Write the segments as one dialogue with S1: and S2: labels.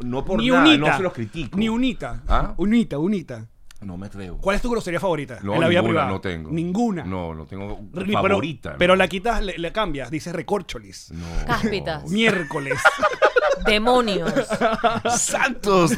S1: no por
S2: Ni
S1: nada,
S2: unita.
S1: no se los critico.
S2: Ni unita.
S1: ¿Ah?
S2: Unita, unita.
S1: No me atrevo.
S2: ¿Cuál es tu grosería favorita
S1: No,
S2: en la vida
S1: ninguna,
S2: privada?
S1: no tengo.
S2: Ninguna.
S1: No, no tengo
S2: Ni- pero-
S1: favorita.
S2: Pero,
S1: ¿no?
S2: la quitas, le, le cambias, dices recorcholis.
S1: No.
S3: Cáspitas.
S2: Miércoles.
S3: Demonios.
S1: ¡Santos!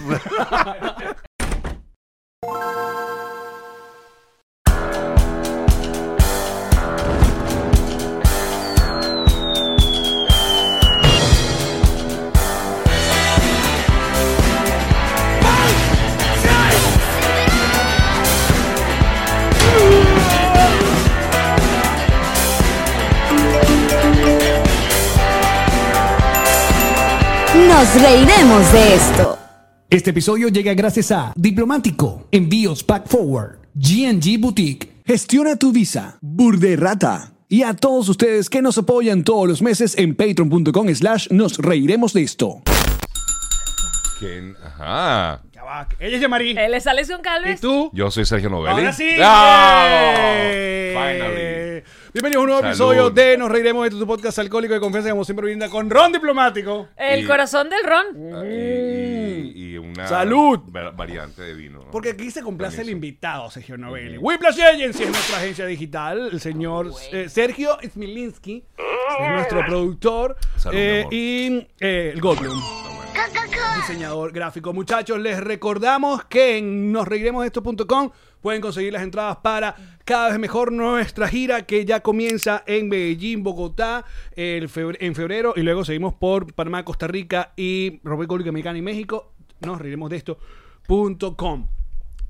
S4: Nos reiremos de esto.
S5: Este episodio llega gracias a Diplomático, Envíos Pack Forward, GNG Boutique, Gestiona tu Visa, Burderrata y a todos ustedes que nos apoyan todos los meses en patreon.com slash nos reiremos de esto.
S1: ¿Quién? Ajá.
S2: Ya va. Ella es Yamari.
S3: Él es Alexio
S2: ¿Y
S3: Calves.
S2: tú?
S1: Yo soy Sergio Novelli.
S2: Ahora sí.
S1: ¡Ah!
S2: ¡Eh!
S1: Finally.
S2: Bienvenidos a un nuevo
S1: Salud.
S2: episodio de Nos Reiremos de tu podcast alcohólico de confianza, como siempre brinda con Ron Diplomático.
S3: El
S1: Y-
S3: corazón del ron.
S1: Ah, Y, y- y una
S2: Salud.
S1: va- variante de vino. ¿no?
S2: Porque aquí se complace el
S1: Permiso.
S2: invitado, Sergio Novelli. Whiplash Agency es nuestra agencia digital. El señor eh, Sergio Smilinski es nuestro productor.
S1: Salud, mi
S2: eh,
S1: amor.
S2: y eh, el Goldblum, diseñador gráfico. Muchachos, les recordamos que en nosreiremosdeesto.com pueden conseguir las entradas para cada vez mejor nuestra gira que ya comienza en Medellín, Bogotá, el febr- en febrero y luego seguimos por Panamá, Costa Rica y República Dominicana y México. Nos reiremos de esto.com.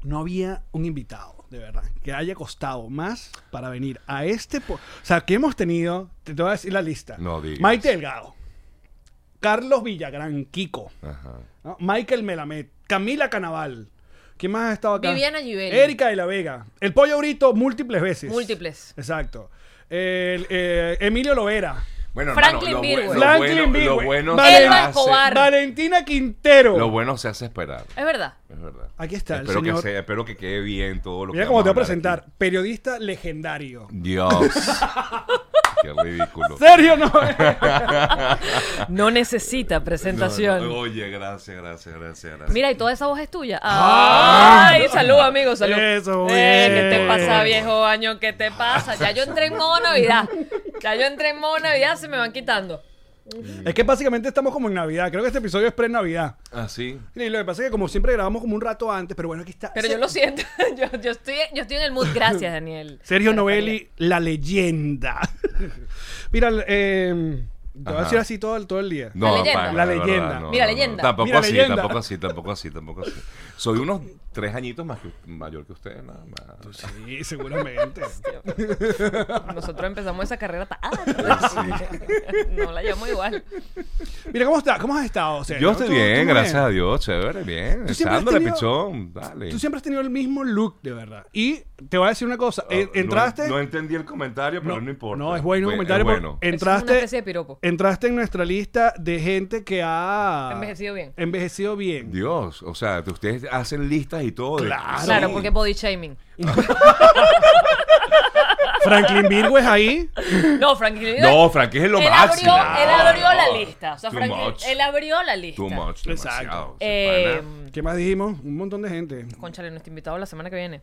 S2: No había un invitado, de verdad, que haya costado más para venir a este. po- O sea, que hemos tenido, te te voy a decir la lista.
S1: No digas.
S2: Maite Delgado, Carlos Villagrán, Kiko.
S1: Ajá.
S2: ¿no? Michael Melamed, Camila Canaval. ¿Quién más ha estado acá?
S3: Viviana Givelli.
S2: Erika de la Vega. El Pollo Brito múltiples veces.
S3: Múltiples.
S2: Exacto. El, eh, Emilio Lovera.
S1: Bueno,
S3: Franklin
S1: hermano, lo
S3: Virgo.
S1: bu- lo
S2: Franklin
S1: bueno-
S2: Virgo.
S1: Lo bueno,
S2: Vale.
S1: se
S2: Elba
S1: hace-
S3: Escobar. Claro.
S2: Valentina Quintero.
S1: lo bueno se hace esperar.
S3: Es verdad.
S1: Es verdad.
S2: Aquí está el
S1: espero que
S2: señor.
S1: sea- espero que quede bien todo lo que
S2: Mira cómo te voy a
S1: vamos
S2: presentar.
S1: hablar
S2: Periodista legendario.
S1: aquí. Dios. Qué ridículo.
S2: Sergio no.
S3: No necesita presentación.
S1: Ah. No, no, oye, gracias, gracias, gracias, gracias.
S3: Mira, y toda esa voz es tuya.
S1: Ah.
S3: ¡Ay! Salud, amigo, salud.
S2: Eso,
S3: eh,
S2: bien.
S3: ¿Qué te pasa, viejo año? ¿Qué te pasa? Ya yo entré en modo Navidad. Ya yo entré en modo Navidad, se me van quitando.
S2: es que básicamente estamos como en Navidad. Creo que este episodio es pre-Navidad.
S1: Así.
S2: Y lo que pasa es que como siempre grabamos como un rato antes, pero bueno, aquí está.
S3: Pero yo lo siento. Yo, yo estoy, yo estoy en el mood. Gracias, Daniel.
S2: Sergio
S3: Por estar
S2: Novelli, la leyenda. Mira, eh, te voy a
S1: Ajá.
S2: decir así todo, el- todo el día.
S3: La leyenda.
S2: La
S1: de
S2: leyenda.
S1: verdad, no,
S3: Mira,
S1: no, no.
S3: leyenda.
S1: Tampoco
S2: Mira,
S1: así,
S2: leyenda.
S1: tampoco así, tampoco así, tampoco así. Soy unos tres añitos más que, mayor que usted, nada más.
S2: Pues Sí, seguramente.
S3: aquí. Nosotros empezamos esa carrera tarde.
S1: Sí.
S3: No la llevamos igual.
S2: Mira, ¿cómo, está, ¿cómo has estado? Sergio?
S1: Yo estoy
S2: ¿Tú- tú
S1: bien,
S2: cómo
S1: gracias a
S2: ves?
S1: Dios, chévere, bien.
S2: Tú siempre has
S1: Echándole
S2: tenido-
S1: pichón, dale.
S2: Tú siempre has tenido el mismo look, de verdad. Y te voy a decir una cosa. eh,
S1: Ah, No,
S2: entraste...
S1: No, entendí el comentario, pero no, importa.
S2: No, es bueno un
S1: Bue-
S2: comentario.
S1: es
S2: porque
S1: bueno.
S3: Es una
S2: Entraste,
S3: especie de piropo.
S2: entraste en nuestra lista de gente que ha...
S3: Envejecido bien.
S2: Envejecido bien.
S1: Dios, o sea, tú- ustedes hacen listas y todo. de-
S2: Claro.
S3: Claro,
S1: Ah, Sí.
S3: porque body shaming.
S2: Franklin Virgo es ahí.
S3: No, Franklin.
S1: No, Frankie es lo
S3: él
S1: máximo.
S3: Abrió, él abrió la lista. O sea,
S1: Too
S3: Franklin,
S1: much.
S3: él abrió la lista.
S1: Too much, demasiado.
S2: Exacto.
S3: Eh,
S1: pana.
S2: ¿Qué más dijimos? Un montón de gente.
S3: Conchale, nuestro invitado la semana que viene.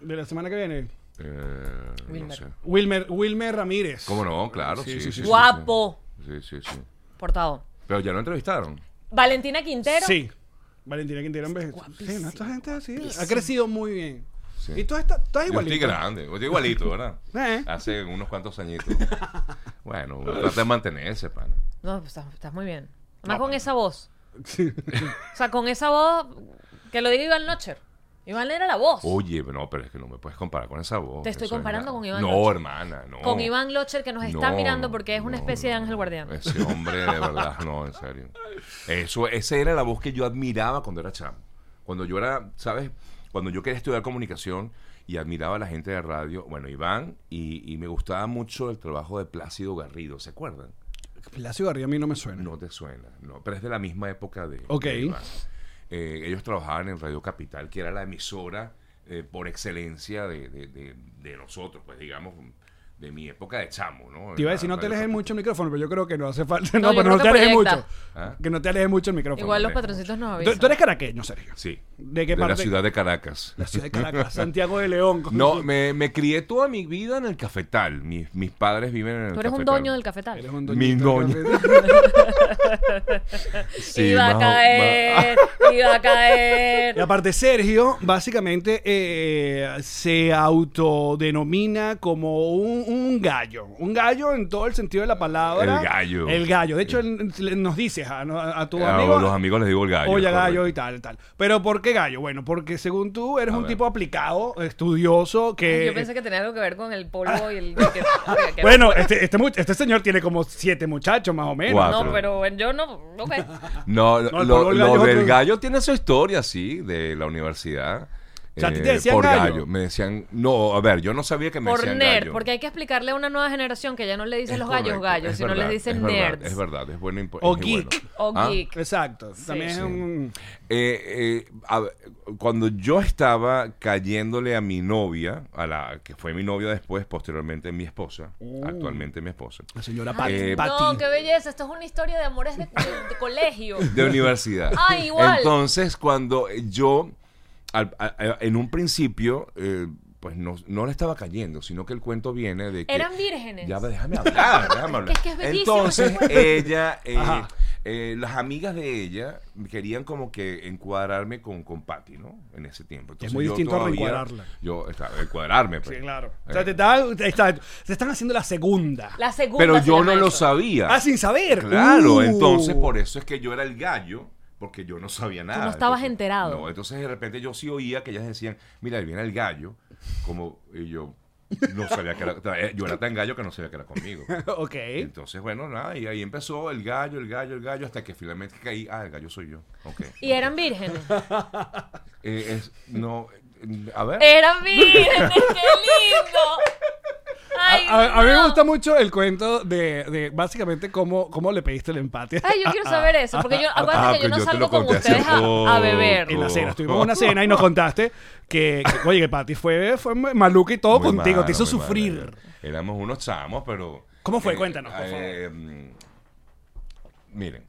S2: De la semana que viene.
S1: Eh, no
S3: Wilmer.
S1: sé.
S2: Wilmer, Wilmer Ramírez.
S1: ¿Cómo no? Claro, sí, sí, sí, sí.
S3: Guapo.
S1: Sí, sí, sí.
S3: Portado.
S1: Pero ya lo entrevistaron.
S3: Valentina Quintero.
S2: Sí. Valentina Quintero en vez. Sí, no, esta gente así ha crecido muy bien.
S1: Sí.
S2: Y tú estás, estás
S1: Yo estoy
S2: igualito.
S1: grande, yo estoy igualito, ¿verdad?
S2: Eh.
S1: Hace unos cuantos añitos. bueno, uno trata de mantenerse, pana.
S3: No, pues, estás, estás muy bien. Además con esa voz. O sea, con esa voz que lo diga Iván Nocher. Iván Lera la voz.
S1: Oye, no, pero es que no me puedes comparar con esa voz.
S3: Te estoy
S1: Eso es
S3: comparando
S1: nada.
S3: con Iván
S1: No,
S3: Locher.
S1: hermana, no.
S3: Con Iván Locher que nos está
S1: No,
S3: mirando porque es una
S1: no,
S3: especie de
S1: no,
S3: ángel
S1: no.
S3: guardián.
S1: Ese hombre, de verdad, no, en serio. Eso, esa era la voz que yo admiraba cuando era chamo. Cuando yo era, ¿sabes? Cuando yo quería estudiar comunicación y admiraba a la gente de radio, bueno, Iván, y, y me gustaba mucho el trabajo de Plácido Garrido, ¿se acuerdan?
S2: Plácido Garrido a mí no me suena.
S1: No te suena, no, pero es de la misma época de.
S2: Ok.
S1: de Iván. Eh, ellos trabajaban en Radio Capital, que era la emisora eh, por excelencia de, de- de- de nosotros, pues digamos, de mi época de chamo, ¿no? pues.
S2: Te iba a decir,
S1: Era
S2: no
S1: Radio
S2: te alejes
S1: Capital.
S2: mucho el micrófono, pero yo creo que no hace falta.
S3: No,
S2: No, pero
S3: yo creo
S2: no
S3: que
S2: te alejes
S3: proyecta.
S2: mucho.
S1: ¿Ah?
S2: Que no te alejes mucho el micrófono.
S3: Igual los
S1: Hombre.
S3: patroncitos nos
S2: Tú,
S3: avisan.
S2: tú eres caraqueño, Sergio.
S1: Sí.
S2: ¿De qué
S1: de
S2: parte?
S1: la ciudad de Caracas.
S2: La ciudad de Caracas, Santiago de León. con
S1: No,
S2: su-
S1: me, me crié toda mi vida en el cafetal. Mis, mis padres viven en el
S3: Tú eres un
S1: Cafetal.
S3: doño del cafetal.
S2: Eres un
S1: Mi
S2: doñito.
S1: Sí,
S3: iba
S1: más
S3: a
S1: o-
S3: caer, iba a
S2: Y
S3: caer.
S2: aparte, Sergio, básicamente, eh, se autodenomina como un, un gallo. Un gallo en todo el sentido de la palabra.
S1: El gallo.
S2: El gallo. De hecho, él- él nos dices a, a- a tus
S1: más- a
S2: amigos.
S1: Ah, los amigos les digo el gallo.
S2: Oye, gallo y
S1: correcto.
S2: tal, tal. Pero ¿por qué gallo? Bueno, porque según tú eres
S1: A
S2: un
S1: ver.
S2: tipo aplicado, estudioso, que...
S3: Yo pensé que tenía algo que ver con el polvo y el... que- que- que-
S2: Eh, Bueno, este, este, mu- este señor tiene como siete muchachos más o menos.
S1: Guau.
S3: No, pero bueno, yo no... ok.
S1: No,
S2: No, el
S1: lo,
S2: polvo del
S1: lo
S2: gallo es
S1: del
S2: otro-
S1: gallo tiene su historia, sí, de la universidad. eh,
S2: O sea, ¿a ti te decían
S1: por
S2: gallo?
S1: Me decían, no, a ver, yo no sabía que me
S3: Por
S1: decían
S3: nerd,
S1: gallo.
S3: porque hay que explicarle a una nueva generación que ya no le dicen
S1: Es
S3: los gallos
S1: correcto,
S3: gallos,
S1: es
S3: sino
S1: verdad,
S3: les dicen
S1: es verdad,
S3: nerds.
S1: es verdad, es bueno. impo-
S2: O
S1: es bueno.
S2: geek.
S3: O
S1: Ah,
S3: geek.
S2: Exacto. También es
S3: Sí.
S2: un...
S1: Eh, eh, a ver, cuando yo estaba cayéndole a mi novia, a la que fue mi novia después, posteriormente mi esposa, actualmente mi esposa,
S2: La señora Pat-
S3: Ay,
S1: Eh,
S2: Patty.
S3: no, qué belleza. Esto es una historia de amores de, de- de colegio.
S1: de universidad.
S3: Ah, igual.
S1: Entonces, cuando yo, al- a- a- en un principio, eh, pues no, no le estaba cayendo, sino que el cuento viene de que...
S3: Eran vírgenes.
S1: Ya, déjame hablar, déjame hablar.
S3: Es que es bellísimo.
S1: Entonces, ella, eh,
S2: Ajá.
S1: eh, las amigas de ella querían como que encuadrarme con, con Patty, ¿no? En ese tiempo.
S2: Que es
S1: Entonces,
S2: muy
S1: yo
S2: distinto a
S1: todavía-
S2: reencuadrarla.
S1: Yo, está, encuadrarme.
S2: Sí,
S1: pues.
S2: claro.
S1: Eh,
S2: O sea, te, está- te está- te están haciendo la segunda.
S3: La segunda.
S1: pero
S3: se
S1: yo
S3: llama
S1: no lo
S3: eso.
S1: sabía.
S2: Ah, sin saber.
S1: Claro,
S2: Uh.
S1: entonces por eso es que yo era el gallo, porque yo no sabía nada.
S3: estabas
S1: Entonces,
S3: enterado.
S1: No, entonces de repente yo sí oía que ellas decían, mira, ahí viene el gallo, como y yo no sabía que era, eh, yo era tan gallo que no sabía que era conmigo.
S2: Ok.
S1: Entonces, bueno, nada, y ahí empezó el gallo, el gallo, el gallo, hasta que finalmente caí, ah, el gallo soy yo. Ok.
S3: Y eran vírgenes.
S1: Eh, es- no, eh, a ver.
S3: Eran vírgenes, qué lindo. Ay,
S2: A, a- a mí me
S3: no.
S2: gusta mucho el cuento de, de básicamente cómo, cómo le pediste el empate.
S3: Ay, yo quiero saber eso, porque yo, acuérdate
S1: Ah,
S3: que
S1: pues
S3: yo no
S1: yo te
S3: salgo
S1: lo
S3: con
S1: conté hace
S3: ustedes a, a
S1: poco.
S3: beber.
S2: En la
S1: Oh.
S2: cena, estuvimos en una cena y nos contaste que, que, oye, que Pati fue, fue maluca y todo
S1: Muy
S2: contigo,
S1: malo,
S2: te hizo
S1: muy malo.
S2: sufrir.
S1: Éramos unos chamos, pero. eh,
S2: ¿Cómo fue? Cuéntanos, por favor.
S1: mm, miren,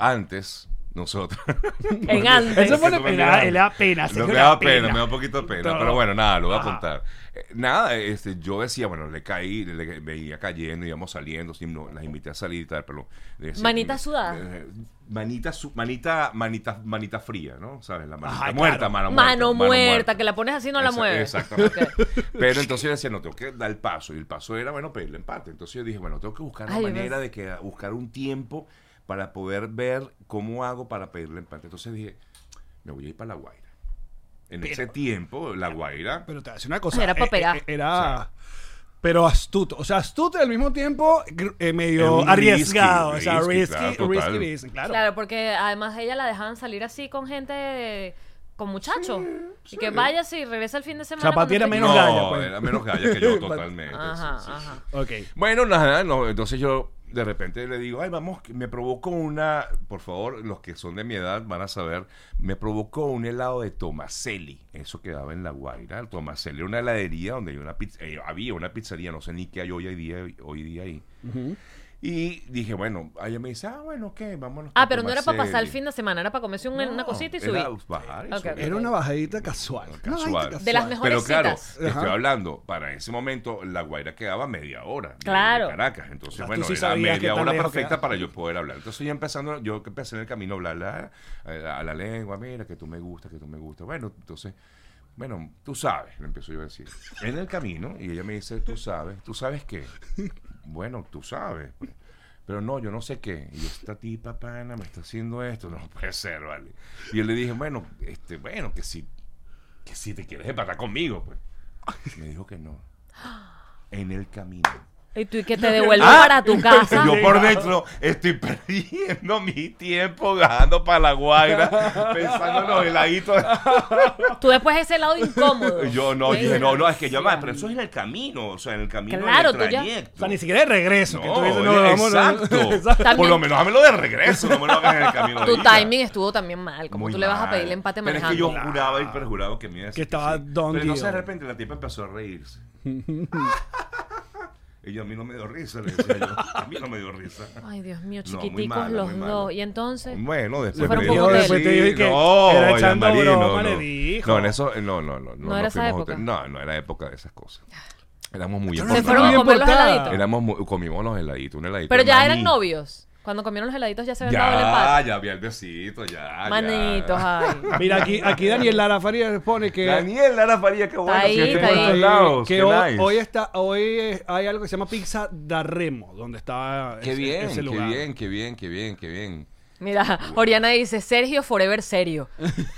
S1: antes, nosotros.
S3: En antes.
S2: Eso fue
S1: Es que
S2: lo
S1: tú
S2: que
S1: me
S2: le da-
S1: miras.
S2: le da pena,
S1: Lo
S2: Sergio,
S1: que
S2: le da
S1: da pena,
S2: pena.
S1: me da un poquito de pena,
S2: Todo.
S1: pero bueno, nada, lo voy a
S2: Ajá.
S1: contar. Eh, Nada, este, yo decía, bueno, le caí, le, le- me iba cayendo, íbamos saliendo, sí, no, las invité a salir y tal, pero... le decía,
S3: Manita
S1: mm,
S3: sudada.
S1: eh, Manita, su- manita, manita, manita fría, ¿no? ¿Sabes? La manita
S2: Ajá,
S1: muerta,
S2: claro.
S1: mano muerta.
S3: Mano muerta, que la pones así no la
S1: Esa-
S3: mueves.
S1: Exactamente.
S3: Ok.
S1: Pero entonces yo decía, no, tengo que dar el paso. Y el paso era, bueno, pedirle empate. Entonces yo dije, bueno, tengo que buscar una
S3: Ay,
S1: manera
S3: ves.
S1: de que buscar un tiempo para poder ver cómo hago para pedirle empate. Entonces dije, me voy a ir para La Guaira. En ese tiempo, La Guaira.
S2: Pero te hace una cosa. eh,
S3: Era pa' pegar.
S2: era. Pero astuto. O sea, astuto y al mismo tiempo gr- eh,
S1: Era
S2: medio
S1: un
S2: arriesgado.
S1: risky,
S2: o sea,
S1: risky,
S2: risky,
S1: claro,
S2: risky,
S1: total.
S2: business, claro.
S3: Claro, porque además ella la dejaban salir así con gente, de- con muchachos. y que vaya si regresa el fin de semana.
S2: O sea, para ti
S3: cuando
S2: era menos
S3: te-
S1: no,
S2: galla, pues.
S1: era menos galla que yo totalmente.
S3: Ajá,
S1: sí, sí, sí.
S3: ajá.
S2: Ok.
S1: Bueno, nada, no, entonces yo de repente le digo, ay, vamos, que me provocó una, por favor, los que son de mi edad van a saber, me provocó un helado de Tomaselli, eso quedaba en La Guaira, el Tomaselli, una heladería donde hay una pizz- eh, había una pizzería, no sé ni qué hay hoy día, hoy día ahí. Y dije, bueno, ella me dice, ah, bueno, ¿qué? Vámonos.
S3: Ah,
S1: con
S3: pero no era para pasar el
S1: Tomaselli".
S3: fin de semana, era para comerse un- una
S1: No,
S3: cosita y subir.
S1: era bajar y
S3: Ok,
S1: subir.
S3: ok.
S2: Era una bajadita casual. Una
S1: Casual.
S2: bajadita casual.
S3: De las mejores
S1: Pero claro,
S3: citas.
S1: te estoy
S2: Ajá.
S1: hablando, para ese momento La Guaira quedaba media hora de-
S3: Claro.
S1: de Caracas, entonces
S2: O sea, Ah, tú
S1: bueno,
S2: sí
S1: era
S2: sabías que
S1: media
S2: tan
S1: hora
S2: lejos
S1: perfecta
S2: quedaba.
S1: para yo poder hablar. Entonces yo empezando, yo que empecé en el camino a hablar a, a la lengua, mira, que tú me gustas, que tú me gustas. Bueno, entonces, bueno, tú sabes, le empiezo yo a decir. En el camino, y ella me dice, tú sabes, tú sabes qué. Bueno, tú sabes. pues. Pero no, yo no sé qué. Y yo, esta tipa pana me está haciendo esto. No puede ser, vale. Y yo le dije, bueno, este, bueno, que si que si te quieres empatar conmigo, pues. Me dijo que no. En el camino.
S3: Y tú y que te devuelvan
S1: Ah,
S3: para tu casa.
S1: Yo por dentro estoy perdiendo mi tiempo viajando para la Guaira, pensando en los heladitos.
S3: Tú después ese lado incómodo.
S1: Yo no,
S3: Sí.
S1: dije, no, no, es que yo más, pero eso es en el camino, o sea, en el camino
S3: Claro,
S1: en
S3: tú
S1: el
S3: ya-
S1: trayecto.
S2: O sea, ni siquiera de regreso. que tú dices, no, vamos, no.
S1: exacto. Por
S3: También-
S1: lo menos hámelo de regreso, no me lo hagas en el camino. de
S3: Tu
S1: ida.
S3: timing estuvo también mal. Como
S1: Muy
S3: tú le vas a
S1: mal.
S3: pedir el empate
S1: Pero
S3: manejando.
S1: es que yo juraba y perjuraba que me iba a decir
S2: Que estaba
S1: sí.
S2: don
S1: Pero entonces de
S2: Guido.
S1: repente la tipa empezó a reírse. y yo a mí no me dio risa, le decía yo. A mí no me dio risa.
S3: Ay, Dios mío,
S1: No, muy
S3: chiquiticos
S1: malo,
S3: los
S1: muy malo.
S3: dos. Y entonces.
S1: Bueno,
S3: Se
S1: después
S3: fueron
S1: me
S3: por
S1: dijo,
S3: hotel.
S1: sí,
S2: Después te dije que
S1: no,
S2: era
S1: Jean
S2: echando
S1: Marie,
S2: broma,
S1: no,
S2: le
S1: no.
S2: dijo.
S1: No, en eso, no, no, no.
S3: ¿No era esa
S1: fuimos a
S3: época?
S1: hotel. No, no era época de esas cosas. Éramos muy
S3: Se
S1: importantes.
S3: fueron a
S2: bien
S3: comer los
S2: portada.
S3: heladitos.
S1: Éramos muy- comimos los heladitos, un heladito.
S3: Pero
S1: de
S3: ya
S1: maní.
S3: eran novios. Cuando comieron los heladitos ya se habían dado el
S1: Ya,
S3: empate.
S1: ya había el besito, ya. ya.
S3: Manitos, ay.
S2: Mira, aquí, aquí Daniel Lara Farías pone que.
S1: Daniel Lara Faría, qué bueno.
S3: ahí,
S1: si por
S3: está ahí.
S1: todos lados,
S2: que
S1: qué
S2: hoy,
S1: nice.
S2: hoy está, hoy eh, hay algo que se llama Pizza da Remo, donde estaba
S1: Qué
S2: ese-
S1: bien,
S2: ese
S1: qué
S2: lugar.
S1: bien, qué bien, qué bien, qué bien.
S3: Mira, Oriana dice, Sergio Forever serio.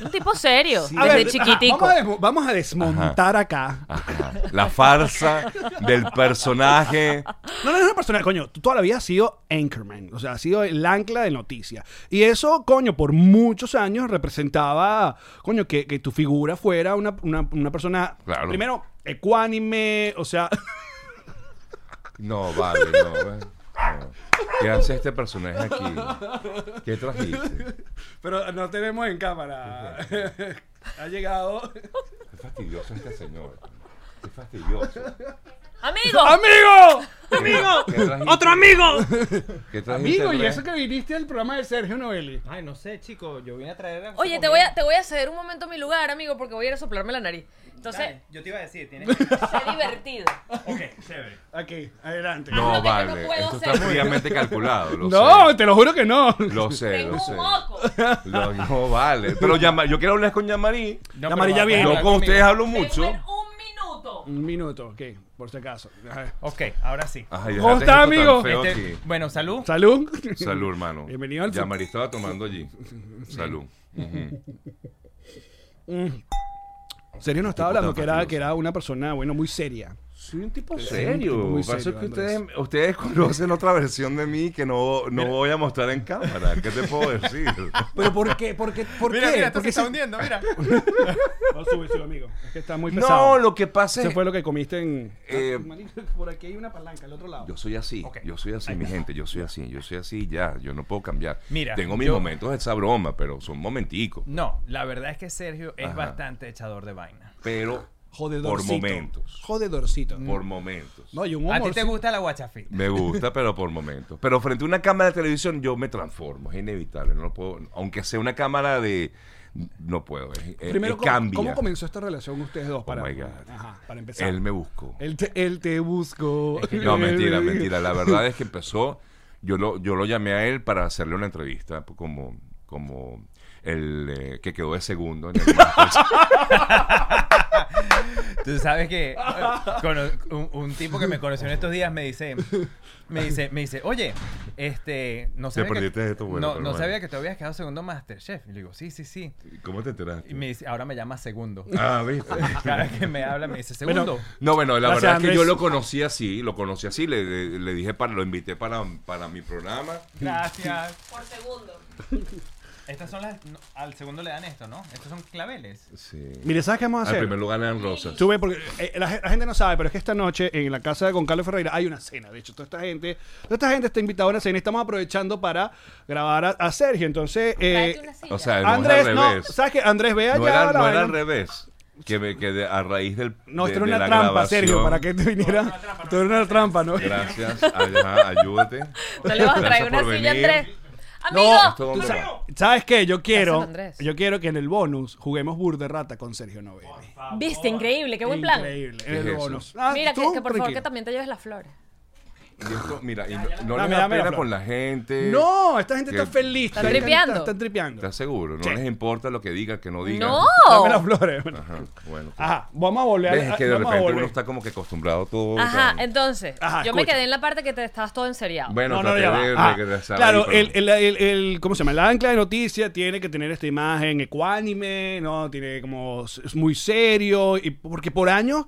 S3: Un tipo serio,
S2: A
S3: desde
S2: ver,
S3: chiquitico.
S2: Vamos a, desmo- vamos a desmontar acá.
S1: Ajá. La farsa del personaje.
S2: No, no es una persona, coño, tú toda la vida has sido anchorman, o sea, has sido el ancla de noticias. Y eso, coño, por muchos años representaba, coño, que, que tu figura fuera una, una- una persona,
S1: Claro.
S2: primero, ecuánime, o sea,
S1: No, vale, no. eh. No. ¿Qué hace este personaje aquí? ¿Qué trajiste?
S2: pero no tenemos en cámara. ha llegado.
S1: Qué fastidioso este señor. Qué fastidioso.
S3: Amigo,
S2: ¡Amigo!
S1: ¿Qué trajiste?
S2: ¡Otro amigo!
S1: ¿Qué trajiste?
S2: Amigo, y
S1: Andrés?
S2: eso que viniste al programa de Sergio Novelli.
S6: Ay, no sé, chico. Yo vine a traer. a-
S3: oye, te voy, a, te voy a ceder un momento mi lugar, amigo, porque voy a ir a soplarme la nariz. Entonces,
S6: Dale, Yo te iba a decir, tienes.
S3: sé divertido.
S6: ok, chévere.
S2: Aquí, adelante.
S3: Lo que
S1: No,
S3: yo no
S1: vale.
S3: puedo
S1: Esto
S3: hacer.
S1: está fríamente calculado. Lo
S2: No,
S1: sé.
S2: te lo juro que no.
S1: Lo sé,
S3: Tengo
S1: lo sé.
S3: un moco.
S1: Lo- no, vale. Pero llama- yo quiero hablar con Yamari.
S2: La amarilla viene.
S1: No con ustedes hablo mucho.
S3: Tengo en un minuto.
S2: Un minuto, ok, por si acaso. Ajá.
S6: Ok, ahora sí.
S1: Ay, déjate
S2: ¿Cómo está,
S1: esto tan
S2: amigo?
S1: feo
S6: Este,
S1: aquí.
S6: bueno, salud.
S2: Salud.
S1: Salud, hermano.
S2: Bienvenido al-
S1: Yamari estaba tomando allí. Salud. Ujú.
S2: Sergio nos estaba
S1: Tipo tan
S2: hablando que era,
S1: fastidioso.
S2: que era una persona, bueno, muy seria.
S1: Soy un tipo
S2: serio,
S1: serio.
S2: muy
S1: Pasa
S2: serio,
S1: que
S2: Andrés.
S1: ustedes, ustedes conocen otra versión de mí que no, no voy a mostrar en cámara. ¿Qué te puedo decir?
S2: ¿Pero por qué? ¿Por qué? ¿Por
S6: Mira,
S2: qué?
S6: mira, esto
S2: Porque
S6: se está
S2: se-
S6: hundiendo, mira.
S2: No, sube, sube, amigo. Es que está muy
S1: no,
S2: pesado.
S1: lo que pasa
S2: Ese
S1: es.
S2: fue lo que comiste en...
S1: Eh,
S2: Marico, por aquí hay una palanca, al otro lado.
S1: Yo soy así,
S6: Ok.
S1: yo soy así, mi gente, yo soy así, yo soy así ya, yo no puedo cambiar.
S6: Mira,
S1: Tengo mis
S6: yo-
S1: momentos de esa broma, pero son momenticos.
S6: No, la verdad es que Sergio es
S1: Ajá.
S6: bastante echador de vaina.
S1: Pero por
S2: Jodedorcito.
S1: momentos.
S2: Jodedorcito.
S1: Por momentos.
S2: No, y un
S6: ¿A ti
S2: humor.
S6: te gusta la guachafita?
S1: Me gusta, pero por momentos. Pero frente a una cámara de televisión yo me transformo, es inevitable, no lo puedo, aunque sea una cámara de no puedo, es, es-
S2: Primero,
S1: es-
S2: ¿cómo,
S1: cambia.
S2: cómo comenzó esta relación ustedes dos? Para,
S1: my God.
S2: Ajá, para empezar.
S1: Él me buscó.
S2: Él te, él te busco.
S1: No, mentira, mentira. La verdad es que empezó. Yo lo, yo lo llamé a él para hacerle una entrevista, pues, como, como el eh, que quedó de segundo. En el
S6: Tú sabes que eh, cono- un, un tipo que me conoció en estos días me dice, me dice, me dice, oye, este, no sabía
S1: perdiste
S6: que,
S1: de esto, bueno,
S6: no,
S1: pero
S6: no
S1: bueno.
S6: sabía que te habías quedado segundo Masterchef. Y le digo, sí, sí, sí.
S1: ¿Cómo te enteraste?
S6: Y me dice, ahora me llama segundo.
S1: Ah, viste.
S6: Cada que me habla me dice, segundo.
S1: No, bueno, la
S2: Gracias,
S1: verdad es que yo
S2: Andrés.
S1: lo conocí así, lo conocí así, le, le- le dije para, lo invité para, para mi programa.
S6: Gracias.
S3: Por segundo.
S6: Estas son las, no, al segundo le dan esto, ¿no? Estos son claveles.
S1: Sí.
S2: Mire, ¿sabes qué vamos a
S1: Al
S2: hacer?
S1: primer lugar eran rosas.
S2: Tú ves, porque eh, la, ge- la gente no sabe, pero es que esta noche en la casa de Goncalo Ferreira hay una cena. De hecho, toda esta gente, toda esta gente está invitada a una cena y estamos aprovechando para grabar a, a Sergio. Entonces, eh,
S3: Tráete una silla.
S1: O sea, no
S2: Andrés,
S1: era al
S2: no,
S1: revés.
S2: ¿sabes qué? Andrés, vea
S1: no
S2: ya.
S1: era,
S2: la
S1: no era
S2: vaina.
S1: al revés. Que, me, que de- a raíz del.
S2: No,
S1: de-
S2: esto era
S1: de
S2: una
S1: la
S2: trampa,
S1: grabación-
S2: Sergio, para que te viniera. esto era una trampa, ¿no?
S1: Gracias, ajá, ayúdate.
S3: No le vas a traer
S1: Gracias
S3: una
S1: por
S3: silla,
S1: venir.
S3: Andrés. Amigo.
S1: No, esto
S2: Tú
S1: dónde
S2: sa-
S1: va?
S2: ¿Sabes qué? Yo quiero,
S3: Gracias, Andrés.
S2: yo quiero que en el bonus juguemos Burde Rata con Sergio Novelli.
S3: Viste, increíble, qué buen plan.
S2: Ah, Increíble.
S1: ¿Qué
S2: En
S1: es
S2: el
S1: eso?
S2: bonus. Ah,
S3: Mira, que,
S2: tú,
S3: que por favor
S2: tranquilo.
S3: que también te lleves las flores.
S1: Y esto, mira, y no, no
S2: Dame,
S1: les da
S2: dame la
S1: pena
S2: flor.
S1: con la gente.
S2: No, esta gente está
S1: ¿Qué?
S2: feliz.
S3: Están
S2: esta gente
S3: tripeando.
S2: Están tripeando.
S1: ¿Estás seguro? No
S2: Sí.
S1: les importa lo que diga, que no diga.
S3: No.
S2: Dame
S3: Oh.
S2: las flores.
S1: Ajá, bueno.
S2: Ajá, vamos a volver.
S1: Ves, es que de
S2: Ah, vamos a
S1: repente uno
S2: volver.
S1: está como que acostumbrado a todo.
S3: Ajá,
S1: tan-
S3: entonces,
S2: Ajá,
S3: yo me
S2: escucha.
S3: quedé en la parte que te estabas todo enseriado.
S1: Bueno,
S2: No, no,
S1: traté
S2: ya va.
S1: de
S2: Ah,
S1: regresar ahí,
S2: claro,
S1: pero-
S2: el, el, el- el- ¿cómo se llama? El ancla de noticia tiene que tener esta imagen ecuánime, ¿no? Tiene como, es muy serio, y porque por años,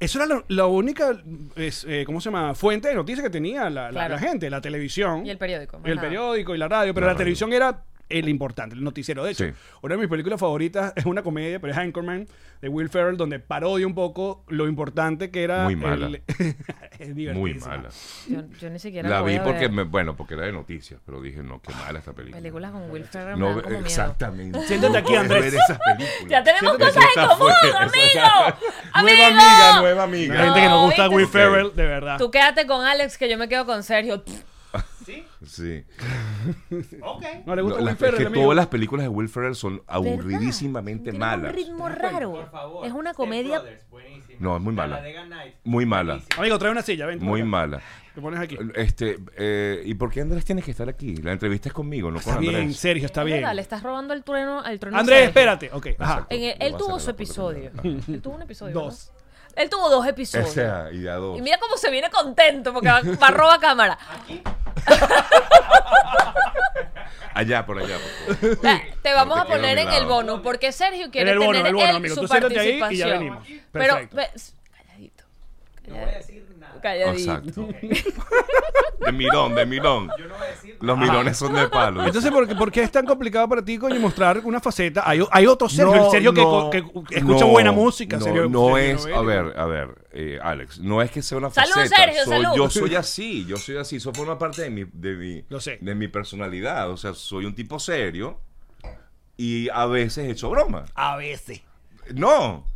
S2: eso era la, la única, es, eh, ¿cómo se llama? Fuente de noticias que tenía la, la-
S3: Claro.
S2: la gente, la televisión.
S3: Y el periódico, más
S2: Y el
S3: nada.
S2: periódico y la radio, pero
S1: La
S2: la,
S1: radio.
S2: televisión era el importante, el noticiero. De hecho,
S1: Sí.
S2: una de mis películas favoritas es una comedia, pero es Anchorman, de Will Ferrell, donde parodia un poco lo importante que era...
S1: Muy mala.
S2: el- es
S1: Muy
S2: divertidísima.
S1: mala.
S3: Yo, yo ni siquiera
S1: La
S3: voy
S1: vi
S3: a
S1: porque,
S3: ver
S1: me- bueno, porque era de noticias, pero dije, no, qué mala esta película.
S3: películas con Will Ferrell me
S1: No,
S3: dan como miedo.
S1: exactamente.
S2: Siéntate aquí,
S1: No
S2: Andrés.
S1: ver esas películas.
S3: Ya tenemos
S1: Siéntate
S3: cosas
S1: aquí.
S3: en
S1: Esa
S3: común,
S1: fue-
S3: amigo.
S1: Nueva
S3: Amigo.
S1: amiga, nueva amiga.
S2: La gente que nos gusta
S3: ¿viste?
S2: Will
S3: Ok.
S2: Ferrell, de verdad.
S3: Tú quédate con Alex que yo me quedo con Sergio.
S1: Pues Sí.
S2: ¿No
S1: No,
S2: le gusta Will
S1: las- es
S2: Ferrell,
S1: que
S2: amigo?
S1: todas las películas de Will Ferrell son aburridísimamente
S3: Tiene un
S1: malas.
S3: ritmo raro. es una comedia.
S1: No, es muy mala. Muy mala.
S2: Amigo, trae una silla, ven.
S1: Muy
S2: acá.
S1: mala.
S2: Te pones aquí.
S1: Este, eh, ¿y por qué Andrés tienes que estar aquí? La entrevista es conmigo, no con
S2: Está bien,
S1: Andrés.
S2: Sergio, está bien.
S3: Dale, le estás robando el trueno al trueno. a
S2: Andrés,
S3: Sergio.
S2: espérate. Ok, ajá.
S3: En el-
S1: Lo
S3: él
S1: voy a
S3: tuvo
S1: sacar
S3: su
S1: la oportunidad.
S3: episodio. Él tuvo un episodio.
S2: Dos.
S3: ¿verdad? Él tuvo dos
S1: O
S3: episodios.
S1: sea, y a dos.
S3: Y mira cómo se viene contento porque va, va a robar cámara.
S1: Allá, por allá, por favor.
S3: Eh, Te vamos
S1: Porque
S3: a poner
S1: quiero
S3: en
S1: mi
S3: el
S1: lado.
S3: bono porque Sergio
S2: En
S3: quiere
S2: el bono, en
S3: tener
S2: el bono,
S3: él
S2: amigo.
S3: su
S2: Tú siéntate ahí y ya
S3: participación.
S2: venimos.
S3: Pero
S2: Perfecto.
S3: ve- s- calladito. No voy a decir nada. Calladito.
S1: Exacto. De mirón, de mirón. Los mirones son de palo.
S2: Entonces, ¿por qué, por qué es tan complicado para ti, coño, mostrar una faceta? Hay, o- hay otro Sergio, el Sergio que co- que, escucha
S1: no,
S2: buena música.
S1: No,
S2: Sergio-
S1: no
S2: Sergio
S1: es, a
S2: Novelli.
S1: ver, a ver, eh, Alex, no es que sea una
S3: Salud,
S1: faceta.
S3: Sergio,
S1: soy-
S3: salud.
S1: Yo soy así, yo soy así. Eso forma parte de mi, de mi,
S2: Lo sé.
S1: de mi personalidad. O sea, soy un tipo serio y a veces hecho broma.
S2: A veces.
S1: No.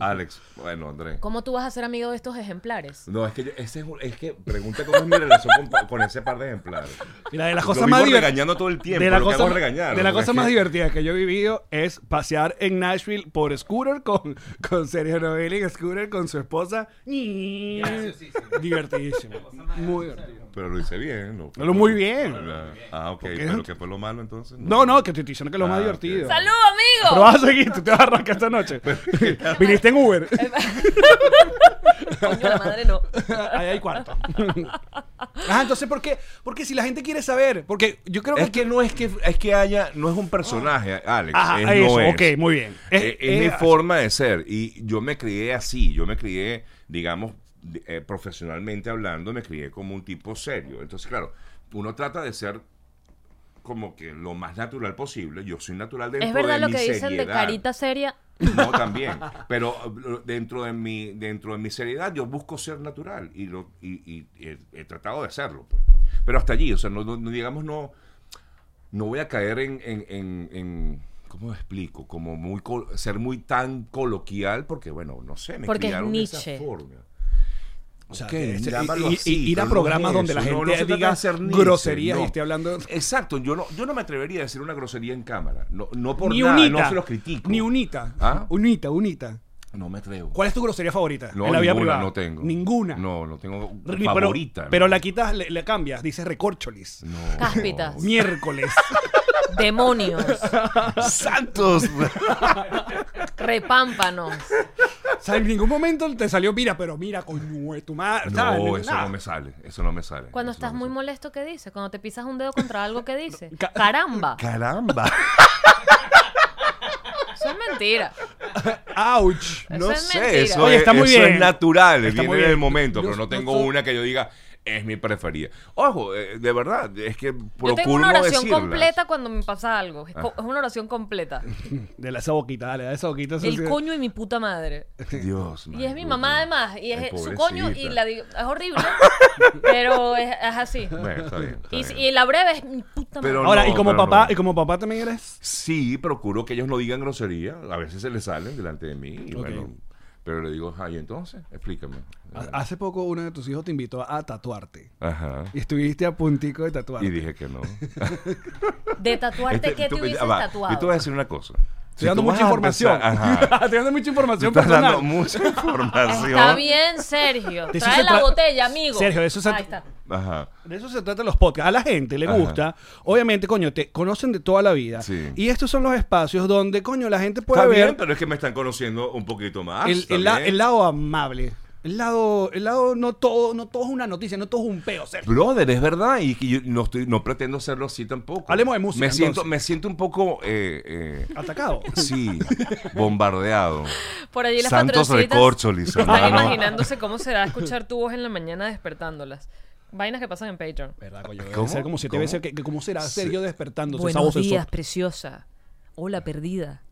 S1: Alex, bueno, Andrés.
S3: ¿Cómo tú vas a ser amigo de estos ejemplares?
S1: No, es que, yo- ese es, un- es que pregunta cómo es mi relación con, pa- con ese par de ejemplares.
S2: Mira, de las
S1: Lo
S2: cosas
S1: vivo
S2: más divertidas.
S1: regañando todo el tiempo.
S2: De la
S1: lo que
S2: cosa,
S1: hago es regañar,
S2: de la
S1: o sea,
S2: cosa
S1: es
S2: más
S1: que-
S2: divertida que yo he vivido es pasear en Nashville por scooter con, con Sergio Novelli en scooter con su esposa. Divertidísimo. Muy divertido.
S1: Pero lo hice bien, ¿no?
S2: Lo muy bien.
S1: Ah, ok.
S2: Porque-
S1: Pero que fue lo malo entonces.
S2: No, no, que te estoy diciendo que es lo más
S1: Ah,
S2: divertido.
S1: ok.
S3: ¡Salud,
S2: Pero
S3: amigo!
S2: vas a seguir, tú te vas a arrancar esta noche. Viniste en Uber.
S3: Coño, la madre no.
S2: Ahí hay cuarto. ah, entonces, ¿por qué? Porque si la gente quiere saber, porque yo creo
S1: Es
S2: que...
S1: que no es que, es que haya, no es un personaje, Alex.
S2: Ajá,
S1: es,
S2: eso,
S1: no es.
S2: ok, muy bien.
S1: Es,
S2: Es- eh,
S1: es mi
S2: es-
S1: forma de ser. Y yo me crié así. Yo me crié, digamos, de- eh, profesionalmente hablando, me crié como un tipo serio. Entonces, claro, uno trata de ser como que lo más natural posible. Yo soy natural dentro
S3: Es verdad
S1: de
S3: lo
S1: mi
S3: que dicen de
S1: seriedad.
S3: carita seria.
S1: No, también. Pero eh, dentro de mi, dentro de mi seriedad, yo busco ser natural y lo, y, y- y he, he tratado de hacerlo. pues. Pero hasta allí, o sea, no, no- no, digamos, no, no voy a caer en, en, en- en- ¿cómo lo explico? Como muy col- ser muy tan coloquial, porque bueno, no sé, me
S3: Porque es
S1: criaron de esa
S3: Nietzsche.
S1: forma.
S2: O sea,
S1: Ok,
S2: que este-
S1: llámalo
S2: y- y-
S1: así,
S2: ir a
S1: pero
S2: programas
S1: no
S2: donde
S1: es
S2: la
S1: eso.
S2: gente
S1: No, no se trata de
S2: diga
S1: hacer Nietzsche,
S2: groserías y
S1: no.
S2: esté hablando...
S1: Exacto, yo no, yo no me atrevería a decir una grosería en cámara. No, no por
S2: ni
S1: nada,
S2: unita.
S1: no se los critico.
S2: Ni unita.
S1: ¿Ah?
S2: Unita, unita.
S1: No me atrevo.
S2: ¿Cuál es tu grosería favorita
S1: No,
S2: en la vida
S1: ninguna,
S2: privada?
S1: no tengo.
S2: Ninguna.
S1: No, no tengo
S2: Ni- pero-
S1: favorita.
S2: Pero,
S1: ¿no?
S2: la quitas, le, le cambias, dices recorcholis.
S1: No.
S3: Cáspitas.
S2: Miércoles.
S3: Demonios.
S1: Santos.
S3: Repámpanos.
S2: o sea, en ningún momento te salió, mira, pero mira, coño, de tu madre. ¿sabes?
S1: No, eso
S2: Nada.
S1: no me sale. Eso no me sale.
S3: Cuando
S1: eso no
S3: estás
S1: me
S3: muy
S1: sale.
S3: molesto, ¿qué dices? Cuando te pisas un dedo contra algo, ¿qué dices?
S2: Ca-
S3: Caramba.
S1: Caramba.
S3: Eso es mentira.
S2: Ouch.
S3: Eso
S1: No
S3: es mentira.
S1: sé. Eso,
S2: Oye,
S1: es,
S2: está muy
S1: eso
S2: bien.
S1: es natural.
S2: Está muy
S1: viene en el
S2: bien.
S1: momento.
S2: Yo-
S1: pero no
S2: yo
S1: tengo
S2: soy-
S1: una que yo diga es mi preferida. Ojo, eh, de verdad. Es que procuro
S3: Yo tengo una
S1: no
S3: oración
S1: decirlas. Ah.
S3: completa cuando me pasa algo. Es, co- es una oración completa.
S2: De la, esa boquita, dale, da esa boquita. eso sí.
S3: El coño y mi puta madre.
S1: Dios
S3: Y es
S1: madre.
S3: mi mamá además. Y es
S1: Ay,
S3: su coño y
S1: pobrecita.
S3: la digo. Es horrible. pero es, es así.
S1: Bueno, está bien. está
S3: Y,
S1: bien.
S3: si- y la breve es mi puta madre.
S1: Pero
S2: Ahora,
S1: no,
S2: y como
S1: pero
S2: papá,
S1: no.
S2: y como papá también eres.
S1: Sí, procuro que ellos no digan grosería. A veces se les salen delante de mí. y
S2: Ok.
S1: bueno, pero le digo, ay, entonces, explícame.
S2: Ha- Hace poco uno de tus hijos te invitó a tatuarte.
S1: Ajá.
S2: Y estuviste a puntico de tatuarte.
S1: Y dije que no.
S3: De tatuarte,
S1: Este,
S3: ¿qué
S1: tú-
S3: te hubieses
S1: ya va, Yo te voy a
S3: tatuado?
S1: decir una cosa.
S2: Estoy dando
S1: tú
S2: mucha
S1: vas a
S2: información.
S1: empezar- ajá.
S2: Estoy dando mucha
S1: Tú
S2: información
S1: estás
S2: personal.
S1: dando mucha información.
S3: Está bien, Sergio.
S2: De eso
S3: Trae
S2: se
S3: la
S2: tra-
S3: botella, amigo.
S2: Sergio, de eso se-
S3: Ahí está.
S1: Ajá.
S2: De eso se trata los podcasts. A la gente le
S1: Ajá.
S2: gusta. Obviamente, coño, te conocen de toda la vida.
S1: Sí.
S2: Y estos son los espacios donde, coño, la gente puede
S1: Está
S2: ver
S1: bien, pero es que me están conociendo un poquito más.
S2: el,
S1: está
S2: el la-
S1: bien.
S2: el lado amable. El lado, el lado, no todo, no todo es una noticia, no todo es un peo, Sergio.
S1: Brother, es verdad, y, que yo no, estoy, no pretendo serlo así tampoco.
S2: Hablemos de música,
S1: Me siento,
S2: entonces.
S1: me siento un poco, eh, eh,
S2: Atacado.
S1: sí, bombardeado.
S3: Por allí las
S1: Santos
S3: patrocitas
S1: Recorcholis,
S3: Están
S1: hermano.
S3: imaginándose cómo será escuchar tu voz en la mañana despertándolas. Vainas que pasan en Patreon.
S2: ¿Verdad, coño? Debe
S1: ¿Cómo?
S2: ser como siete
S1: ¿Cómo?
S2: veces. Que, que ¿Cómo será Sergio despertándose? esa
S3: Buenos
S2: voz
S3: días,
S2: sensor-
S3: preciosa. Hola, perdida.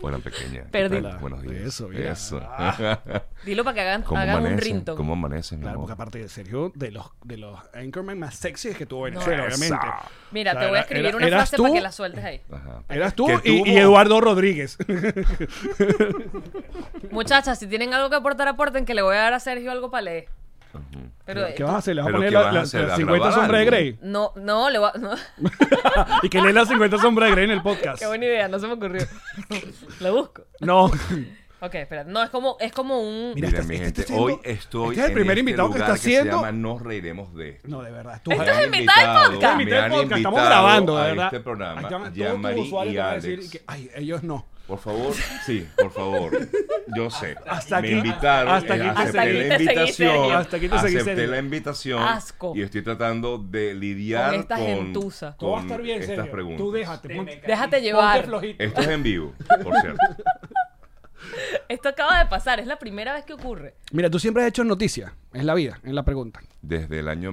S1: Buena pequeña. ¿qué
S3: Perdí.
S1: tal? Buenos días.
S2: Eso, mira. Ah.
S1: Eso.
S3: Dilo para que hagan,
S1: ¿Cómo
S3: hagan un
S1: amanecen?
S3: ringtone.
S1: ¿Cómo amanecen, mi
S2: Claro,
S1: amor?
S2: porque aparte de Sergio, de los, de los Anchorman más sexys que tuvo Venezuela,
S1: Esa.
S2: obviamente.
S3: Mira,
S2: O sea,
S3: te voy a
S2: era-
S3: escribir
S2: era-
S3: una
S2: eras
S3: frase
S2: tú,
S3: para que la sueltes ahí.
S1: Ajá.
S2: Eras tú
S1: Que
S2: y,
S1: tuvo-
S2: y Eduardo Rodríguez.
S3: Muchachas, si tienen algo que aportar, aporten que le voy a dar a Sergio algo para leer. Pero eh,
S2: ¿Qué vas a hacer? ¿Le vas a
S1: ¿Pero
S2: poner
S1: qué
S2: la-
S1: vas a
S2: la-
S1: hacer?
S2: las
S1: ¿A
S2: 50
S1: grabar
S2: sombras de
S1: algo?
S2: Grey?
S3: no, no, le voy a... no.
S2: y que lee las 50 sombras de Grey en el podcast.
S3: Qué buena idea, no se me ocurrió. la busco.
S2: No.
S3: Ok, espera. No, es como, es como un...
S1: Mira,
S2: Mira, estás-
S1: mi
S2: este
S1: gente,
S2: está siendo-
S1: hoy estoy
S2: este es el
S1: en
S2: primer
S1: este
S2: invitado que
S1: lugar
S2: está siendo-
S1: se llama Nos Reiremos de...
S2: No, de verdad. Tú,
S1: Me
S3: Esto es
S1: han
S3: en mitad del
S1: invitado,
S3: podcast.
S1: Ah, me
S2: Mitad del
S1: han
S2: podcast, estamos
S1: invitado
S2: grabando, de
S1: a
S2: verdad.
S1: Este programa,
S2: Ay, ya- todos tus
S1: Jean-Marie
S2: usuarios
S1: y
S2: te van a
S1: Alex.
S2: decir que, ay, ellos no.
S1: Por favor, sí, por favor. Yo sé.
S2: Hasta
S1: me
S2: aquí-
S1: invitaron,
S2: hasta aquí
S1: eh,
S2: te
S1: acepté
S3: seguí.
S1: la invitación.
S2: Hasta aquí te seguí,
S1: acepté
S2: Sergio.
S1: la invitación.
S3: Asco.
S1: Y estoy tratando de lidiar
S3: Con
S1: con
S3: esta gentuza.
S2: Todo va a
S1: con
S2: estar bien,
S1: estas
S2: Sergio.
S1: preguntas.
S2: Tú déjate. pon-
S3: Déjate
S2: Ponte
S3: llevar.
S2: flojito.
S1: Esto es en vivo, por cierto.
S3: Esto acaba de pasar, es la primera vez que ocurre.
S2: Mira, tú siempre has hecho noticias en la vida, en la pregunta.
S1: Desde el año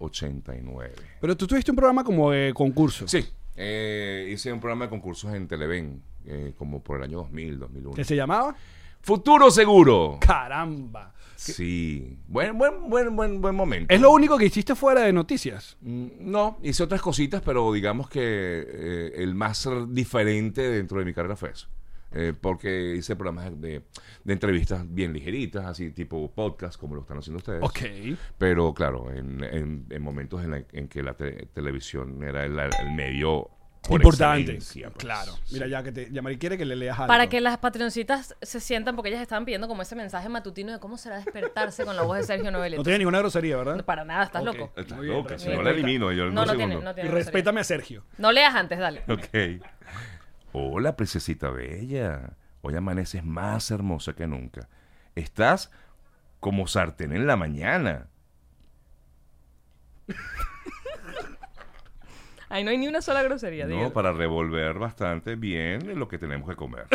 S1: 1989.
S2: Pero tú tuviste un programa como de concurso.
S1: Sí. eh, hice un programa de concursos en Televen, eh, como por el año 2000, 2001.
S2: ¿Que se llamaba?
S1: Futuro seguro.
S2: Caramba.
S1: Sí. Buen, buen, buen, buen, buen momento.
S2: Es lo único que hiciste fuera de noticias.
S1: Mm, No, hice otras cositas, pero digamos que eh, el más r- diferente dentro de mi carrera fue eso. Eh, porque hice programas de, de entrevistas bien ligeritas, así tipo podcast, como lo están haciendo ustedes.
S2: Ok.
S1: Pero claro, en, en- en momentos en, la- en que la te- televisión era el, el medio por
S2: Importante.
S1: excelencia, pues.
S2: Claro. Mira, ya que te llamaría quiere que le leas algo.
S3: Para que las patroncitas se sientan, porque ellas estaban pidiendo como ese mensaje matutino de cómo será despertarse con la voz de Sergio
S2: No
S3: Novelli.
S2: tiene ninguna grosería, ¿verdad?
S3: Para nada, estás
S2: Ok.
S3: loco.
S1: Estás
S2: Muy bien,
S1: loca, si
S3: Ni
S1: no la
S3: cuenta.
S1: elimino yo en
S3: No,
S1: un
S3: no tiene,
S1: segundo.
S3: no
S2: Y
S3: tiene. grosería.
S2: respétame a Sergio.
S3: No leas antes, dale.
S1: Ok. Hola, princesita bella. Hoy amaneces más hermosa que nunca. Estás como sartén en la mañana.
S3: Ahí no hay ni una sola grosería,
S1: No,
S3: dígalo.
S1: para revolver bastante bien lo que tenemos que comer.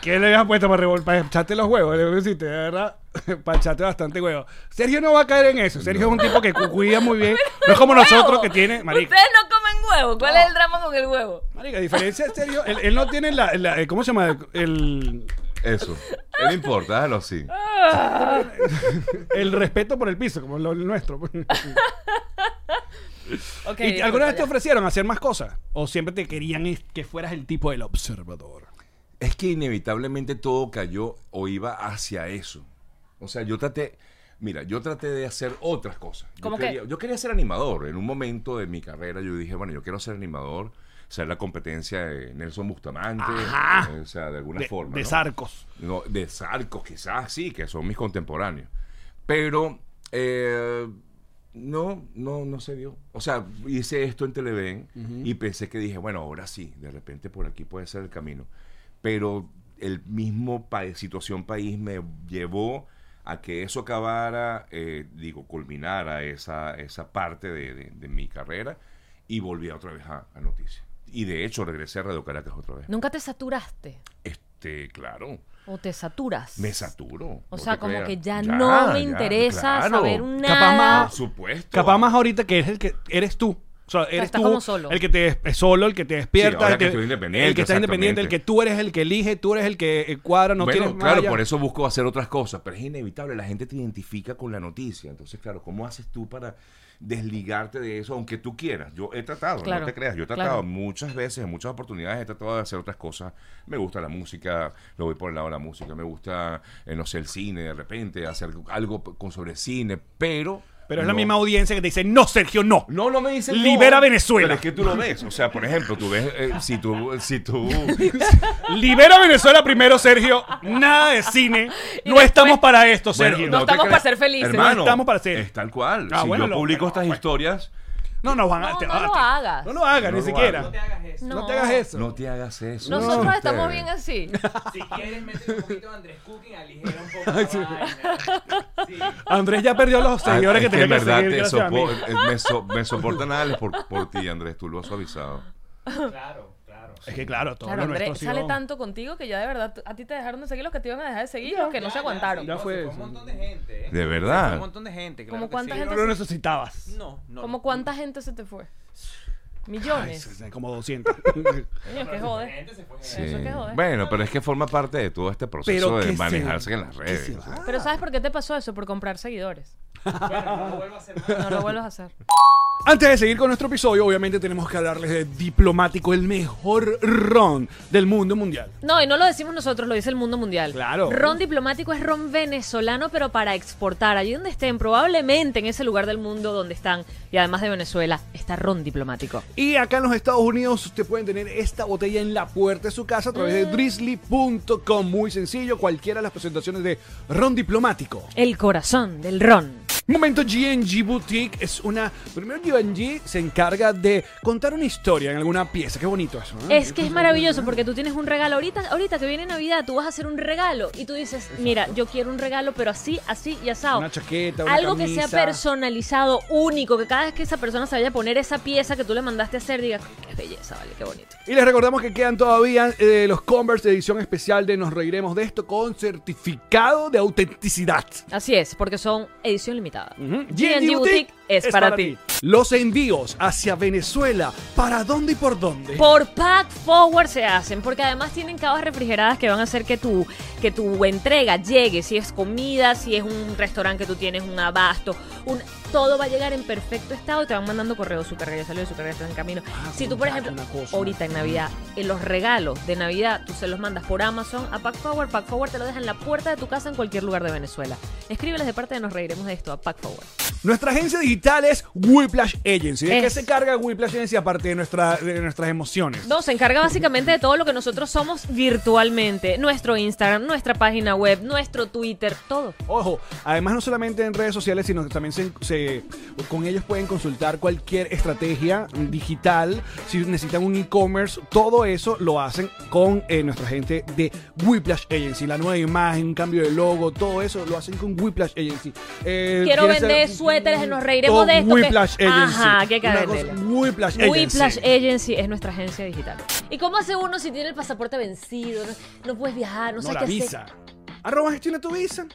S2: ¿Qué le habías puesto para, revol- para echarte los huevos? Le pusiste, de verdad, para echarte bastante huevos. Sergio no va a caer en eso. Sergio es un tipo que cu- cuida muy bien. No es como nosotros que tiene. Marica,
S3: Ustedes no comen huevo. ¿Cuál es el drama con el huevo?
S2: marica, a diferencia de Sergio, él, él no tiene la, la- eh, ¿Cómo se llama? El,
S1: Eso. No importa, déjalo así.
S2: el respeto por el piso, como lo- el nuestro.
S3: Ok,
S2: ¿Y alguna vez te
S3: disculpa,
S2: ofrecieron hacer más cosas? ¿O siempre te querían es- que fueras el tipo del observador?
S1: Es que inevitablemente todo cayó o iba hacia eso. O sea, yo traté, mira, yo traté de hacer otras cosas. Yo
S3: ¿Cómo qué?
S1: quería, yo quería ser animador. En un momento de mi carrera yo dije, bueno, yo quiero ser animador, ser la competencia de Nelson Bustamante,
S2: Ajá.
S1: eh, o sea, de alguna
S2: De,
S1: forma.
S2: de
S1: ¿no?
S2: Sarcos.
S1: No, de Sarcos quizás sí, que son mis contemporáneos. Pero eh, no, no, no se dio. O sea, hice esto en Televen y pensé que dije, bueno, ahora sí, de repente por aquí puede ser el camino. Pero el mismo pa- situación país me llevó a que eso acabara, eh, digo, culminara esa, esa parte de, de- de mi carrera y volví otra vez a, a Noticias. Y de hecho regresé a Radio Caracas otra vez.
S3: ya. ¿Nunca te saturaste?
S1: Este, claro.
S3: ¿O te saturas?
S1: Me saturo.
S3: O
S1: no
S3: sea,
S1: te
S3: como
S1: creas.
S3: que ya, no me
S1: ya,
S3: interesa
S1: claro.
S3: saber nada.
S2: Capaz más-
S1: Por supuesto.
S2: Capaz más ahorita que es el que eres tú. O sea, eres
S3: estás
S2: tú
S3: como solo.
S2: el que te es solo, el que te despierta,
S1: ahora
S2: el
S1: que estoy independiente,
S2: el que está independiente, el que tú eres el que elige, tú eres el que eh, cuadra, no
S1: bueno,
S2: tienes
S1: claro,
S2: malla.
S1: por eso busco hacer otras cosas, pero es inevitable, la gente te identifica con la noticia. Entonces, claro, ¿cómo haces tú para desligarte de eso, aunque tú quieras? Yo he tratado,
S3: Claro,
S1: no te creas, yo he tratado
S3: claro.
S1: muchas veces, en muchas oportunidades, he tratado de hacer otras cosas. Me gusta la música, lo voy por el lado de la música, me gusta, eh, no sé, el cine de repente, hacer algo con sobre cine, pero
S2: Pero es la
S1: No.
S2: misma audiencia que te dice, no, Sergio, no.
S1: No, no me dicen no.
S2: Libera Venezuela.
S1: Pero es que tú lo ves. O sea, por ejemplo, tú ves, eh, si tú, si tú,
S2: Libera Venezuela primero, Sergio. Nada de cine.
S3: Y
S2: No
S3: después-
S2: estamos para esto,
S1: Bueno,
S2: Sergio.
S3: No
S1: te
S3: estamos
S1: creas-
S3: para ser felices.
S1: Hermano,
S2: No estamos para ser.
S1: Es tal cual.
S2: Ah,
S1: si
S2: bueno,
S1: yo
S2: lo-
S1: publico estas
S2: bueno.
S1: historias,
S2: No nos van a.
S3: No,
S2: te-
S3: no
S2: ah,
S3: lo
S2: te-
S3: hagas.
S2: No lo hagas,
S1: No
S2: ni
S1: lo
S2: siquiera.
S1: hagas. No te
S6: hagas eso.
S2: No te hagas eso.
S1: no te hagas eso.
S3: Nosotros
S1: No.
S3: estamos bien así.
S6: Si quieres, mete un poquito a Andrés Cooking, aligera un poco la vaina. Sí.
S2: Andrés ya perdió los
S1: Ah,
S2: seguidores
S1: es
S2: que tenía que,
S1: verdad
S2: seguir,
S1: te
S2: gracias a mí.
S1: sopo- eh, me, so- me soportan Alex por, por ti, Andrés. Tú lo has suavizado.
S6: Claro, claro.
S2: Es que claro, todo
S3: Claro,
S2: lo nuestro
S3: Andrés,
S2: ha sido-
S3: sale tanto contigo que ya de verdad a ti te dejaron de seguir los que te iban a dejar de seguir, los que no se aguantaron.
S2: Ya fue
S6: se
S2: eso.
S6: un montón de gente.
S1: De
S6: ¿eh? Se fue
S1: verdad.
S6: Un montón de gente. Claro
S3: ¿Cómo
S6: que
S3: cuánta
S6: sí.
S3: gente
S2: No lo necesitabas.
S6: No, no.
S3: ¿Cómo cuánta gente se te fue? Millones.
S2: Ay, como 200.
S3: Coño, qué
S6: La
S3: jode.
S6: gente se fue.
S1: Sí.
S3: Eso ¿eh? que jode.
S1: Bueno, pero es que forma parte de todo este proceso
S2: Pero que
S1: de
S2: se-
S1: manejarse en las
S2: que
S1: redes.
S2: se
S1: o sea.
S2: va.
S3: Pero ¿sabes por qué te pasó eso? Por comprar seguidores.
S6: Bueno, no lo vuelvo a hacer más.
S3: No lo vuelvas a hacer.
S2: Antes de seguir con nuestro episodio, obviamente tenemos que hablarles de Diplomático, el mejor ron del mundo mundial.
S3: No, y no lo decimos nosotros, lo dice el mundo mundial.
S2: Claro.
S3: Ron diplomático es ron venezolano, pero para exportar. Allí donde estén, probablemente en ese lugar del mundo donde están, y además de Venezuela, está ron diplomático.
S2: Y acá en los Estados Unidos usted pueden tener esta botella en la puerta de su casa a través de
S1: Mm.
S2: drizzly.com. Muy sencillo, cualquiera de las presentaciones de Ron Diplomático.
S3: El corazón del ron.
S2: Momento GNG Boutique es una... Primero GNG se encarga de contar una historia en alguna pieza. Qué bonito eso. ¿eh?
S3: Es que es maravilloso porque tú tienes un regalo. Ahorita, ahorita que viene Navidad, tú vas a hacer un regalo y tú dices, mira, yo quiero un regalo, pero así, así y asado.
S2: Una chaqueta, una
S3: Algo que sea
S2: camisa.
S3: personalizado, único, que cada vez que esa persona se vaya a poner esa pieza que tú le mandaste a hacer, diga, qué belleza, vale, qué bonito.
S2: Y les recordamos que quedan todavía eh, los Converse de edición especial de Nos Reiremos de esto con certificado de autenticidad.
S3: Así es, porque son edición limitada.
S2: Ujú.
S3: G&G Boutique es para ti.
S2: Los envíos hacia Venezuela, ¿para dónde y por dónde?
S3: Por pack forward se hacen, porque además tienen cabas refrigeradas que van a hacer que tu, que tu entrega llegue, si es comida, si es un restaurante que tú tienes, un abasto, un, todo va a llegar en perfecto estado y te van mandando correos, su carga ya salió, su carga está en camino. si tú, por
S2: contacto,
S3: ejemplo,
S2: Ah, una cosa,
S3: ahorita en Navidad, en los regalos de Navidad, tú se los mandas por Amazon a pack forward, pack forward te lo deja en la puerta de tu casa en cualquier lugar de Venezuela. Escríbeles de parte de Nos Reiremos de esto a pack forward.
S2: Nuestra agencia digital es Whiplash Agency. ¿De qué
S3: Es.
S2: se carga Whiplash Agency aparte de, nuestra, de nuestras emociones?
S3: No, se encarga básicamente de todo lo que nosotros somos virtualmente. Nuestro Instagram, nuestra página web, nuestro Twitter, todo.
S2: Ojo, además no solamente en redes sociales, sino que también se, se- con ellos pueden consultar cualquier estrategia digital. Si necesitan un e-commerce, todo eso lo hacen con eh, nuestra gente de Whiplash Agency. La nueva imagen, cambio de logo, todo eso lo hacen con Whiplash Agency. Eh,
S3: Quiero
S2: ¿quieres
S3: vender
S2: hacer-
S3: suéteres, nos reiremos
S2: Todo
S3: de esto, que-
S2: Whiplash Agency.
S3: Ajá, que hay que
S2: Una
S3: venderlo.
S2: cosa, Whiplash Agency.
S3: Whiplash Agency es nuestra agencia digital. ¿Y cómo hace uno si tiene el pasaporte vencido? No- No puedes viajar, no,
S2: no
S3: sabes
S2: la
S3: qué
S2: visa.
S3: hacer.
S2: Arroba gestiona tu visa.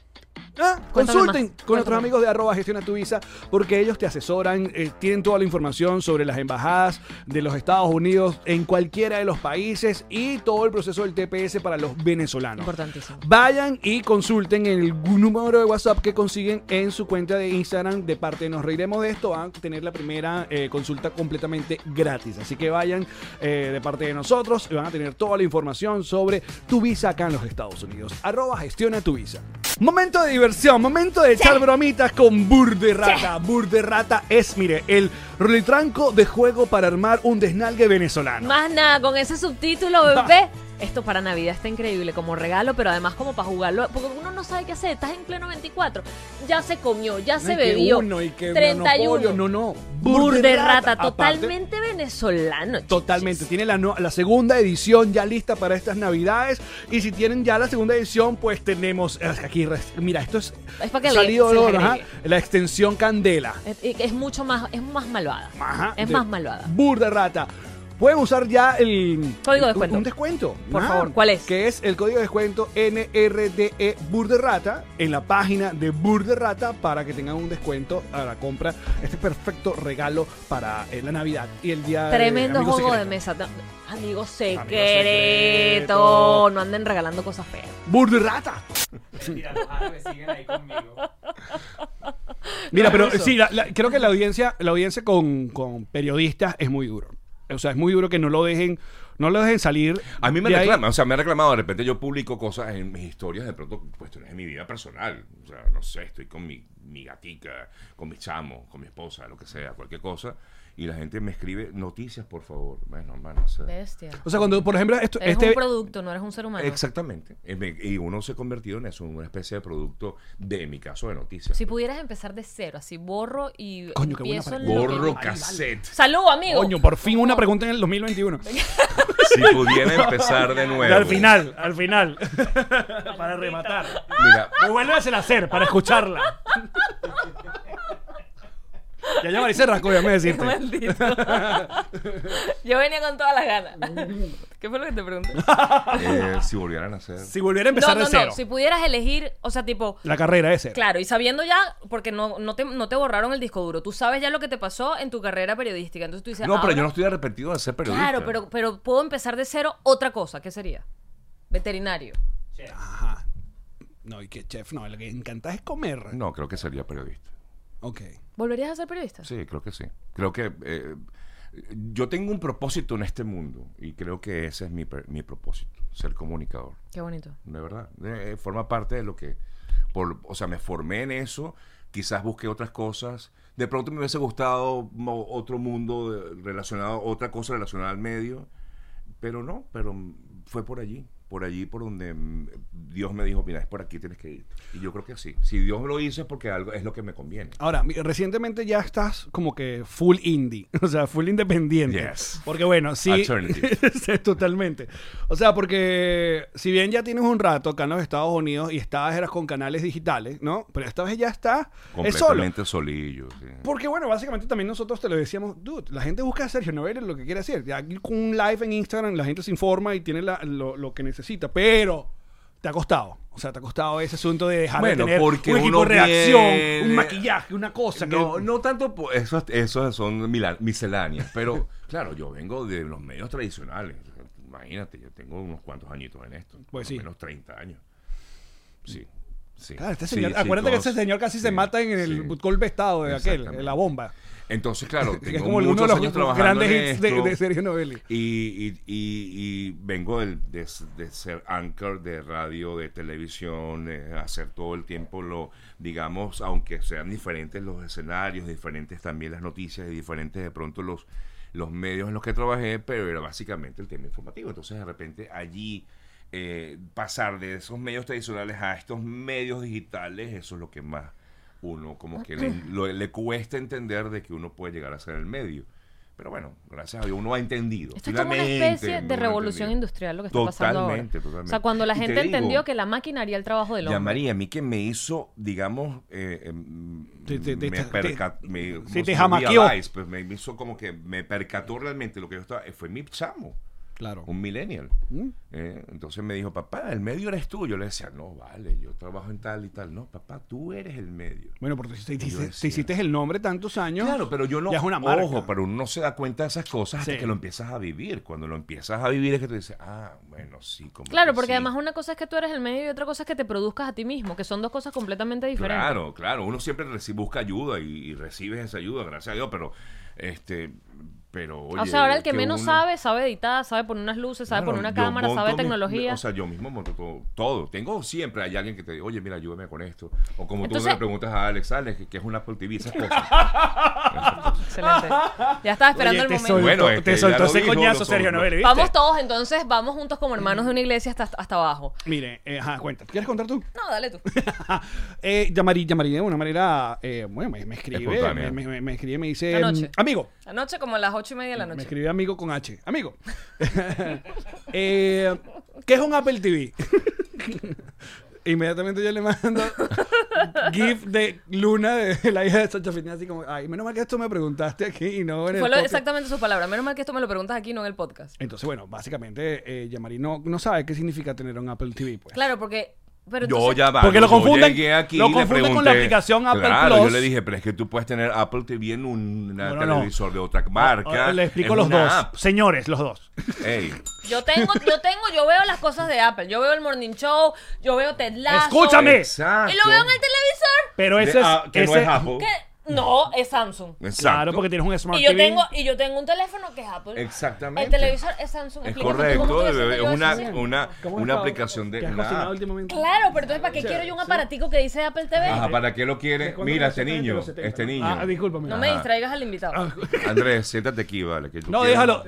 S2: Ah,
S3: Cuéntame
S2: consulten
S3: más,
S2: con nuestros
S3: cuéntame.
S2: amigos de arroba gestiona tu visa porque ellos te asesoran, eh, tienen toda la información sobre las embajadas de los Estados Unidos en cualquiera de los países y todo el proceso del TPS para los venezolanos.
S3: Importantísimo.
S2: Vayan y consulten el número de WhatsApp que consiguen en su cuenta de Instagram de parte de Nos Reiremos de esto. Van a tener la primera eh, consulta completamente gratis. Así que vayan eh, de parte de nosotros y van a tener toda la información sobre tu visa acá en los Estados Unidos. Arroba gestiona tu visa. Momento de diversión, momento de echar bromitas con Burde Rata. Burde Rata es, mire, el retranco de juego para armar un desnalgue venezolano.
S3: Más nada, con ese subtítulo, bebé. Esto para Navidad está increíble como regalo, pero además como para jugarlo. Porque uno no sabe qué hacer. Estás en pleno 24. Ya se comió, ya se
S2: No, y que
S3: bebió.
S2: uno, y que
S3: 31.
S2: monopolio, No, no.
S3: Bur de rata,
S2: Aparte,
S3: totalmente venezolano. chichis.
S2: Totalmente, tiene la, no- la segunda edición ya lista para estas navidades y si tienen ya la segunda edición pues tenemos eh, aquí, res- mira esto es,
S3: Es para que le-
S2: salido
S3: se
S2: de
S3: le
S2: oro, ajá,
S3: agregue.
S2: la extensión Candela.
S3: Es, es mucho más, es más malvada.
S2: Ajá,
S3: es
S2: de-
S3: más malvada.
S2: Burda rata. Pueden usar ya el
S3: Código de
S2: el-
S3: descuento.
S2: Un descuento. Ah,
S3: Por favor, ¿cuál es?
S2: Que es el código de descuento NRDE E Burda Rata en la página de Burda Rata para que tengan un descuento a la compra. Este perfecto regalo para eh, la Navidad y el día de-
S3: Tremendo
S2: Amigos
S3: juego de
S2: Secretos.
S3: mesa. No, Amigo secreto.
S2: secreto.
S3: No anden regalando cosas feas.
S2: Burda Rata.
S6: Mira, los árabes siguen ahí conmigo.
S2: Mira, pero sí, la- la- creo que la audiencia, la audiencia con, con periodistas es muy duro. O sea, es muy duro que no lo dejen, no lo dejen salir.
S1: A mí me
S2: de ahí.
S1: reclama, o sea, me ha reclamado. De pues, repente yo publico cosas en mis historias, de pronto cuestiones de mi vida personal. O sea, no sé, estoy con mi mi gatica, con mi chamo, con mi esposa, lo que sea, cualquier cosa. Y la gente me escribe noticias, por favor. Bueno, hermano, o sea,
S3: Bestia.
S2: O sea, cuando, por ejemplo, esto,
S3: Eres
S2: este...
S3: un producto, no eres un ser humano.
S1: Exactamente. Eh, me- Y uno se ha convertido en eso, en una especie de producto de, en mi caso, de noticias.
S3: Si pudieras empezar de cero, así borro y
S2: Coño, qué buena
S3: empiezo
S2: pregunta.
S3: lo que-
S1: Gorro cassette.
S3: Salud, amigo.
S2: Coño, por fin una pregunta en el 2021.
S1: Si pudiera empezar de nuevo.
S7: al final, al final. para rematar.
S1: Mira,
S7: Devuélvasela a hacer para escucharla.
S2: ya ya Maricel rascó, ya me
S3: Qué
S2: deciste.
S3: maldito. Yo venía con todas las ganas. ¿Qué fue lo que te pregunté?
S1: eh, si volvieran a hacer.
S2: Si volviera a
S3: No,
S2: empezar
S3: no,
S2: de cero.
S3: no. Si pudieras elegir, o sea, tipo,
S2: La carrera es cero.
S3: claro, y sabiendo ya, porque no, no, te, no te borraron el disco duro, tú sabes ya lo que te pasó en tu carrera periodística. Entonces tú dices,
S1: No, pero
S3: ahora-
S1: yo no estoy arrepentido de ser periodista.
S3: Claro, pero, pero puedo empezar de cero otra cosa. ¿Qué sería? Veterinario.
S2: Ajá. No, y que chef, no, lo que encanta es comer.
S1: No, creo que sería periodista.
S2: Ok.
S3: ¿Volverías a ser periodista?
S1: Sí, creo que sí. Creo que eh, yo tengo un propósito en este mundo y creo que ese es mi, per- mi propósito, ser comunicador,
S3: Qué bonito.
S1: de verdad. Eh, eh, forma parte de lo que, por, o sea, me formé en eso, quizás busqué otras cosas. De pronto me hubiese gustado mo- otro mundo de- relacionado, otra cosa relacionada al medio, pero no, pero mm, fue por allí. Por allí, por donde mm, Dios me dijo, mira, es por aquí tienes que ir. Y yo creo que sí. Si Dios me lo dice es porque algo es lo que me conviene.
S2: Ahora, mi- recientemente ya estás como que full indie, o sea, full independiente.
S1: Yes.
S2: Porque bueno, sí,
S1: Alternative.
S2: sí, totalmente. O sea, porque si bien ya tienes un rato acá en los Estados Unidos y estabas eras con canales digitales, ¿no? Pero esta vez ya estás es solo.
S1: Completamente solillo. sí.
S2: Porque bueno, básicamente también nosotros te lo decíamos, dude, la gente busca a Sergio Novelli lo que quiere hacer. Ya aquí con un live en Instagram la gente se informa y tiene la- lo, lo que necesita, pero te ha costado. O sea, te ha costado ese asunto de dejar de
S1: Bueno,
S2: tener
S1: porque
S2: un equipo de
S1: uno
S2: reacción,
S1: viene-
S2: un maquillaje, una cosa. que-
S1: No, no tanto, po- eso, eso son mila- misceláneas, pero claro, yo vengo de los medios tradicionales. Imagínate, yo tengo unos cuantos añitos en esto. por
S2: Pues sí.
S1: lo menos 30 años. Sí. sí.
S2: Claro, este
S1: Sí,
S2: señor,
S1: sí,
S2: acuérdate que
S1: todos-
S2: ese señor casi se
S1: sí,
S2: mata en
S1: sí.
S2: el golpe de estado de aquel,
S1: Exactamente.
S2: en la bomba.
S1: Entonces, claro,
S2: Que
S1: tengo
S2: es como uno
S1: muchos
S2: de
S1: años
S2: los
S1: trabajando
S2: grandes
S1: en
S2: hits de,
S1: esto.
S2: de Sergio Novelli.
S1: Y, y- y- y vengo del- de, s- de ser anchor de radio, de televisión, de hacer todo el tiempo lo, digamos, aunque sean diferentes los escenarios, diferentes también las noticias y diferentes de pronto los, los medios en los que trabajé, pero era básicamente el tema informativo. Entonces de repente allí eh, pasar de esos medios tradicionales a estos medios digitales, eso es lo que más uno como que le, lo- le cuesta entender de que uno puede llegar a ser el medio. Pero bueno, gracias a Dios uno ha entendido.
S3: Esto es como una
S1: Finalmente,
S3: especie
S1: uno
S3: de
S1: ha
S3: revolución
S1: entendido.
S3: industrial lo que está pasando ahora.
S1: Totalmente, totalmente.
S3: O sea, cuando la
S1: Y te
S3: gente
S1: digo,
S3: entendió que la máquina haría el trabajo del
S1: Ya
S3: hombre.
S1: María, a mí que me hizo, digamos, eh, eh,
S2: Te- te- te-
S1: me
S2: te-
S1: perca- me-
S2: sí,
S1: ¿cómo
S2: te
S1: se llama?
S2: jamaqueó.
S1: Realize, pues me hizo como que me percató realmente lo que yo estaba, fue mi chamo
S2: Claro.
S1: un millennial.
S2: ¿Mm?
S1: Eh, entonces me dijo, papá, el medio eres tú. Yo le decía, no, vale, yo trabajo en tal y tal. No, papá, tú eres el medio.
S2: Bueno, porque te, te- te-
S1: Yo
S2: te
S1: decía.
S2: hiciste el nombre tantos años.
S1: Claro, pero yo no.
S2: Ya es una marca.
S1: Ojo, pero uno no se da cuenta de esas cosas hasta
S2: Sí.
S1: que lo empiezas a vivir. Cuando lo empiezas a vivir es que tú dices, ah, bueno, sí, como.
S3: Claro,
S1: que
S3: porque
S1: sí".
S3: además una cosa es que tú eres el medio y otra cosa es que te produzcas a ti mismo, que son dos cosas completamente diferentes.
S1: Claro, claro. Uno siempre reci- busca ayuda y, y recibes esa ayuda, gracias a Dios, pero. este pero
S3: o
S1: oye,
S3: sea, ahora el que, menos
S1: uno-
S3: sabe, sabe editar, sabe poner unas luces, sabe
S1: Claro,
S3: poner una
S1: yo
S3: cámara,
S1: monto
S3: sabe
S1: mis-
S3: tecnología.
S1: o sea, yo mismo monto todo, todo. Tengo siempre, hay alguien que te dice, oye, mira, ayúdame con esto. O como tú
S3: Entonces-
S1: le preguntas a Alex, Alex, que, que es una Apple TV, esas cosas.
S3: Excelente. Ya estaba esperando
S7: Oye,
S3: el
S7: te
S3: momento.
S7: soltó,
S1: Bueno, este,
S7: te
S1: ya
S7: soltó
S1: lo
S7: ese
S1: dijo,
S7: coñazo,
S1: lo
S7: Sergio
S1: soltó.
S7: Novelli, ¿viste?
S3: Vamos todos entonces, vamos juntos como hermanos de una iglesia hasta, hasta abajo.
S2: Mire, eh, ajá, cuenta. ¿Quieres contar tú?
S3: No, dale tú.
S2: eh, Yamari, Yamari de una manera, eh, bueno, me, me escribe,
S1: Espontánea.
S2: me, me, me escribe, me dice,
S3: Anoche.
S2: mm, amigo,
S3: Anoche como a las ocho y media de la
S2: me
S3: noche.
S2: escribe amigo con H, amigo, eh, ¿qué es un Apple TV? Inmediatamente yo le mando GIF de Luna de la hija de Sancho Fitness, así como, ay, menos mal que esto me preguntaste aquí y no en el
S3: Fue lo-
S2: podcast".
S3: exactamente su palabra. Menos mal que esto me lo preguntas aquí, no en el podcast.
S2: Entonces, bueno, básicamente, eh, Yamari no, no sabe qué significa tener un Apple TV, pues.
S3: Claro, porque... Pero
S1: Yo
S3: entonces,
S1: ya va.
S7: Porque lo
S1: yo
S7: confunden-
S1: llegué aquí
S7: lo
S1: y le
S7: confunden con la
S1: pregunté,
S7: aplicación Apple
S1: claro,
S7: Plus.
S1: Yo le dije, pero es que tú puedes tener Apple TV en un
S2: No, no, no.
S1: televisor de otra marca.
S7: Ahora Ah, Le explico
S1: en
S7: los
S1: una
S7: dos.
S1: app.
S7: Señores, los dos.
S1: Ey,
S3: Yo tengo, yo tengo, yo veo las cosas de Apple. Yo veo el Morning Show, yo veo Ted Lasso.
S7: Escúchame.
S3: Y
S1: exacto.
S3: lo veo en el televisor.
S7: Pero
S1: De-
S7: ese es.
S1: ah, que no
S7: ese-
S1: es Apple.
S3: ¿Qué? No, es Samsung.
S1: Exacto.
S7: Claro, porque tienes un Smart
S3: Y yo,
S7: TV.
S3: tengo, y yo tengo un teléfono que es Apple.
S1: Exactamente.
S3: El televisor es Samsung.
S1: Es
S3: Explícame tú
S1: correcto,
S3: cómo tú
S1: es
S3: decides yo
S1: una,
S3: eso.
S1: una,
S2: ¿Cómo has
S1: una
S2: estado?
S1: aplicación de...
S2: ¿Qué has
S1: nada.
S2: cocinado últimamente?
S3: Claro, pero entonces, ¿para qué quiero yo un aparatico que dice Apple TV?
S1: Ajá, ¿para qué lo quiere?
S2: ¿Cuándo
S1: Mira,
S2: nació?
S1: este niño,
S2: Los 70.
S1: este niño.
S2: Ah, discúlpame.
S3: no me distraigas al invitado.
S1: Ah. Andrés, siéntate aquí, vale. que tú
S2: No,
S1: quieres-
S2: déjalo.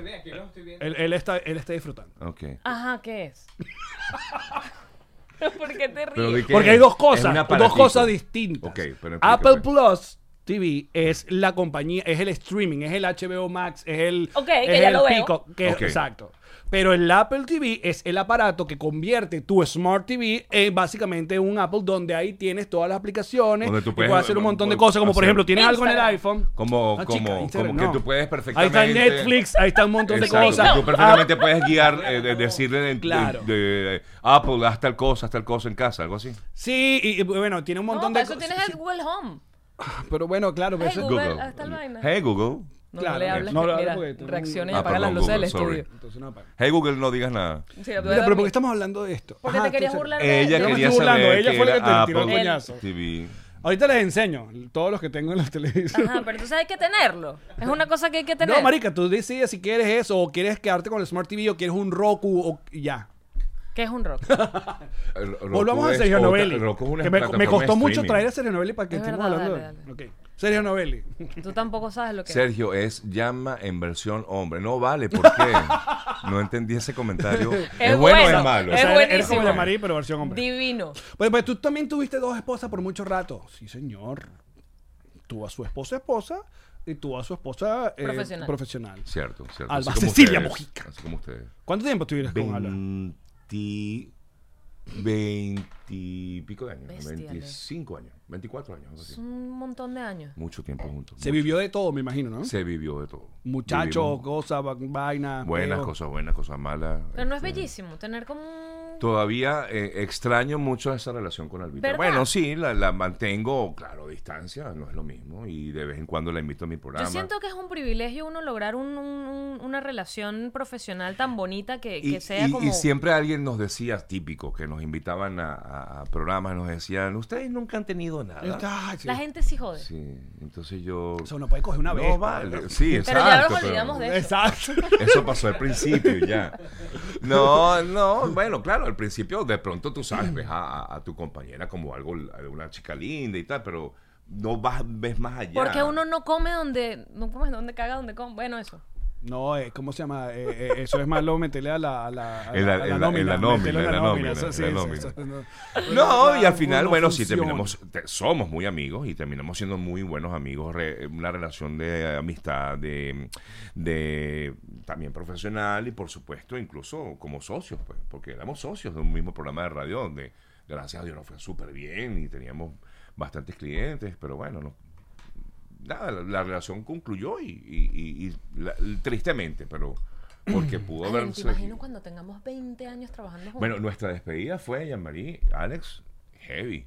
S2: Él, él está, él está disfrutando.
S1: Ok.
S3: Ajá, ¿qué es? ¿Pero ¿Por qué te
S1: Pero di
S3: ríes?
S1: que
S2: Porque
S1: es-
S2: hay dos
S1: es
S2: cosas,
S1: un
S2: dos
S1: aparatico.
S2: cosas distintas.
S1: Ok, pero explica, pues.
S2: Apple Plus TV es la compañía, es el streaming, es el HBO Max, es el,
S3: Ok,
S2: es
S3: que ya
S2: el
S3: lo veo.
S2: Peacock, que-
S1: Ok.
S2: Exacto. Pero el Apple TV es el aparato que convierte tu Smart TV en básicamente un Apple donde ahí tienes todas las aplicaciones
S1: Donde tú
S2: y
S1: puedes-
S2: puedes hacer un montón de
S1: puedes
S2: cosas, como por
S1: hacer-
S2: ejemplo tienes algo en el
S3: Instagram.
S2: iPhone.
S1: Como,
S2: Ah, chica,
S1: como,
S2: Instagram,
S1: como que
S2: no.
S1: tú puedes
S2: Ahí
S1: perfectamente...
S2: está Netflix, ahí está un montón de
S1: Exacto,
S2: cosas.
S1: Tú perfectamente puedes guiar, eh, de- decirle de,
S2: Claro.
S1: de- de Apple, haz tal cosa, haz tal cosa en casa, algo así.
S2: Sí, y, y, bueno, tiene un
S3: No,
S2: montón
S3: para
S2: de
S3: eso
S2: cosas.
S3: tienes el Google Home.
S2: Pero bueno, claro, pero
S3: Ay,
S2: eso-
S3: Google, haz tal vaina.
S1: Hey Google.
S3: No,
S2: Claro,
S3: no le hables.
S2: no
S3: No,
S2: le hables
S3: mira,
S2: porque tú-
S3: reacciona y
S1: Ah,
S3: apaga las
S1: perdón,
S3: luces del
S1: Google, sorry.
S3: estudio.
S2: Entonces, no, apaga.
S1: Hey Google, no digas nada.
S3: Sí, la
S2: Mira,
S3: puedes
S2: pero
S3: dormir.
S2: porque estamos hablando de esto.
S3: Porque te querías
S2: entonces-
S3: burlar de
S1: Ella
S3: él.
S2: me estoy
S1: quería
S2: burlando,
S1: saber
S2: ella
S1: que
S2: fue la
S1: era
S2: que te tiró el
S1: Apple Eh,
S2: coñazo.
S1: TV.
S2: Ahorita les enseño todos los que tengo en los televisores.
S3: Ajá, pero entonces hay que tenerlo. Es una cosa que hay que tener.
S2: No, marica, tú decides si quieres eso o quieres quedarte con el Smart TV o quieres un Roku o y ya.
S3: Que es un rock.
S1: Eh, Roku
S2: Volvamos a
S1: es
S2: Sergio
S1: otra-
S2: Novelli.
S1: Roku es una
S2: que me, me
S1: plataforma
S2: costó
S1: de
S2: mucho
S1: streaming.
S2: traer a Sergio Novelli para que
S3: Es
S2: estemos
S3: verdad,
S2: hablando
S3: dale,
S2: de Ok. Sergio Novelli.
S3: Tú tampoco sabes lo que es.
S1: Sergio es llama en versión hombre. No vale, ¿por qué? no entendí ese comentario. Es, bueno o
S3: bueno,
S1: es malo.
S3: Es
S2: O sea, eres- eres como
S3: buenísimo.
S2: Yamari, pero versión hombre.
S3: Divino.
S2: Pues, pues tú también tuviste dos esposas por mucho rato. Sí, señor. Tuvo a su esposa esposa y tuvo a su esposa eh,
S3: Profesional.
S2: profesional.
S1: Cierto, cierto.
S2: Alba
S1: Así como
S2: Cecilia
S1: ustedes,
S2: Mojica.
S1: Así como ustedes.
S2: ¿Cuánto tiempo estuvieras con Alba?
S1: 20, 20 y pico de años.
S3: Bestia,
S1: 25 años. 24 años. algo así.
S3: Es un montón de años.
S1: Mucho tiempo juntos.
S2: Se
S1: mucho.
S2: vivió de todo, me imagino, ¿no?
S1: Se vivió de todo.
S2: Muchachos,
S1: Vivimos
S2: cosas, va- vainas.
S1: Buenas
S2: peos.
S1: cosas buenas, cosas malas.
S3: Pero no es
S1: este,
S3: bellísimo tener como un...
S1: Todavía eh, extraño mucho esa relación con Albita.
S3: ¿Verdad?
S1: Bueno, sí, la, la mantengo, claro, a distancia, no es lo mismo. Y de vez en cuando la invito a mi
S3: Yo
S1: programa.
S3: siento que es un privilegio uno lograr un- un- un- una relación profesional tan bonita que,
S1: y,
S3: que sea
S1: y- y
S3: como...
S1: siempre alguien nos decía, típico, que nos invitaban a, a- a programas, nos decían, ustedes nunca han tenido nada.
S2: Ay, sí.
S3: La gente sí jode.
S1: Sí, entonces yo...
S2: O sea, uno puede coger una vez.
S1: no vale. Sí,
S3: Pero
S1: exacto.
S3: ya nos
S1: pero-
S3: olvidamos de eso.
S2: Exacto.
S1: Eso pasó al principio ya. No, no, bueno, claro, al principio de pronto tú sabes, ves a, a- a tu compañera como algo, una chica linda y tal, pero no vas, ves más allá.
S3: Porque uno no come donde... No come donde caga, donde come. Bueno, eso.
S2: No, eh, ¿cómo se llama? Eh, eh, eso es malo meterle a la, a la, a
S1: En la-
S2: a
S1: en la- en la
S2: meterle
S1: nómina,
S2: a
S1: en la nómina,
S2: eso sí,
S1: en la
S2: eso-
S1: nómina.
S2: eso no.
S1: No, y al final,
S2: No
S1: bueno, sí,
S2: funciona.
S1: terminamos, te- somos muy amigos y terminamos siendo muy buenos amigos, re- una relación de amistad, de, de también profesional y por supuesto incluso como socios, pues, porque éramos socios de un mismo programa de radio donde gracias a Dios nos fue súper bien y teníamos bastantes clientes, pero bueno, no- nada, la, la relación concluyó y, y- y- y la- tristemente, pero porque pudo
S3: Ay,
S1: haber...
S3: te imagino cuando tengamos 20 años trabajando juntos.
S1: Bueno, nuestra despedida fue, Jean-Marie, Alex, heavy.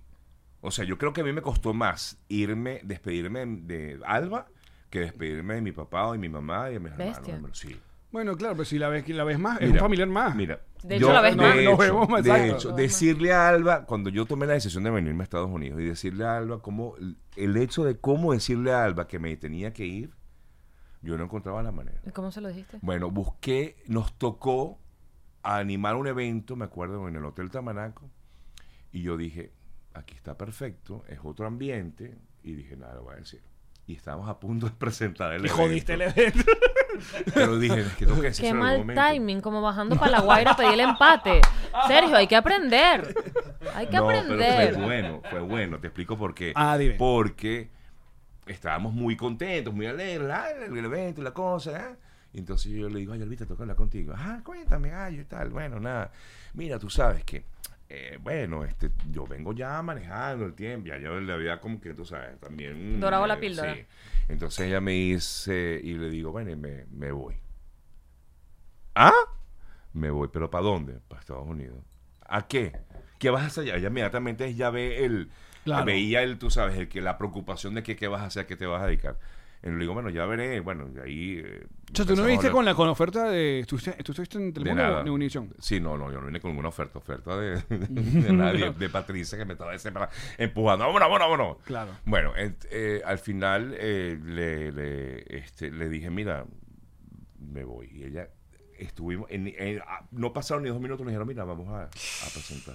S1: O sea, yo creo que a mí me costó más irme, despedirme de Alba que despedirme de mi papá o de mi mamá y de mis hermanos.
S3: Bestia.
S1: hermanos, Sí.
S2: Bueno, claro, pero si la ves, la ves más, es
S1: Mira,
S2: un familiar más.
S1: Mira,
S3: De hecho, la ves
S2: más.
S1: de
S2: Ah. Nos
S1: hecho,
S2: vemos más,
S1: de
S2: exacto.
S1: hecho,
S3: Nos vemos.
S1: decirle a Alba, cuando yo tomé la decisión de venirme a Estados Unidos y decirle a Alba cómo, el hecho de cómo decirle a Alba que me tenía que ir, yo no encontraba la manera.
S3: ¿Y ¿Cómo se lo dijiste?
S1: Bueno, busqué, nos tocó animar un evento, me acuerdo, en el Hotel Tamanaco, y yo dije, aquí está perfecto, es otro ambiente, y dije, nada, lo voy a decir. Y estábamos a punto de presentar el
S2: Y
S1: evento.
S2: jodiste el evento.
S1: Pero dije, es que tengo que decir
S3: Qué mal
S1: momento.
S3: timing, como bajando para la Guaira a pedir el empate. Sergio, hay que aprender. Hay que
S1: no,
S3: aprender.
S1: pero fue bueno, fue bueno. Te explico por qué.
S2: Ah, dime.
S1: Porque estábamos muy contentos, muy alegres, ah, el evento y la cosa, ¿eh? Y entonces yo le digo, ay, Alvita, tengo que hablar contigo. Ah, cuéntame, ay, y tal. Bueno, nada. Mira, tú sabes que, eh, bueno, este, yo vengo ya manejando el tiempo, ya yo le había como que, tú sabes, también...
S3: Dorado
S1: eh,
S3: la píldora.
S1: sí. Entonces ella me dice, y le digo, bueno, y me, me voy. ¿Ah? Me voy, pero ¿para dónde? Para Estados Unidos. ¿A qué? ¿Qué vas a hacer? allá? Ella inmediatamente ya ve el...
S2: Claro.
S1: Veía el, tú sabes, el que la preocupación de que qué vas a hacer, a qué te vas a dedicar. Y le digo, bueno, ya veré. Bueno, y ahí. eh,
S2: Chacho, ¿tú no
S1: empezamos a
S2: viniste
S1: hablar.
S2: con la, con la oferta de... ¿Tú estuviste, tú estuviste en
S1: De
S2: Telemundo o
S1: nada.
S2: en Univision?
S1: Sí, no, no, yo no vine con ninguna oferta. Oferta de, de nadie, de Patricia que me estaba desesperada, empujando. ¡Vámonos, vámonos, vámonos!
S2: Claro.
S1: Bueno, ent- eh, al final eh, le, le, este, le dije, mira, me voy. Y ella estuvimos, en- en- ah, no pasaron ni dos minutos, nos dijeron, mira, vamos a, a presentar.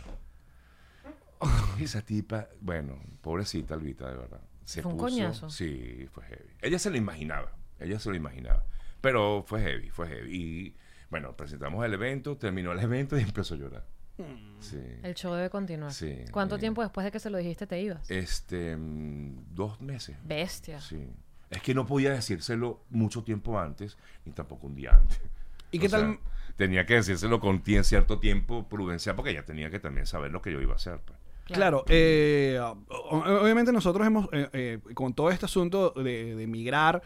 S1: Esa tipa, bueno, pobrecita Alvita, de verdad. Se
S3: Fue un
S1: puso-
S3: coñazo.
S1: Sí, fue heavy. Ella se lo imaginaba, ella se lo imaginaba. Pero fue heavy, fue heavy. Y bueno, presentamos el evento, terminó el evento y empezó a llorar.
S2: Mm.
S1: Sí.
S3: El show debe continuar.
S1: Sí,
S3: ¿Cuánto
S1: eh.
S3: tiempo después de que se lo dijiste te ibas?
S1: Este, mm, dos meses.
S3: Bestia.
S1: Sí. Es que no podía decírselo mucho tiempo antes, ni tampoco un día antes.
S2: ¿Y qué
S1: O sea,
S2: tal-
S1: tenía que decírselo con tie- cierto tiempo prudencial, porque ella tenía que también saber lo que yo iba a hacer. pues.
S2: Claro, eh, o- obviamente nosotros hemos, eh, eh, con todo este asunto de, de migrar,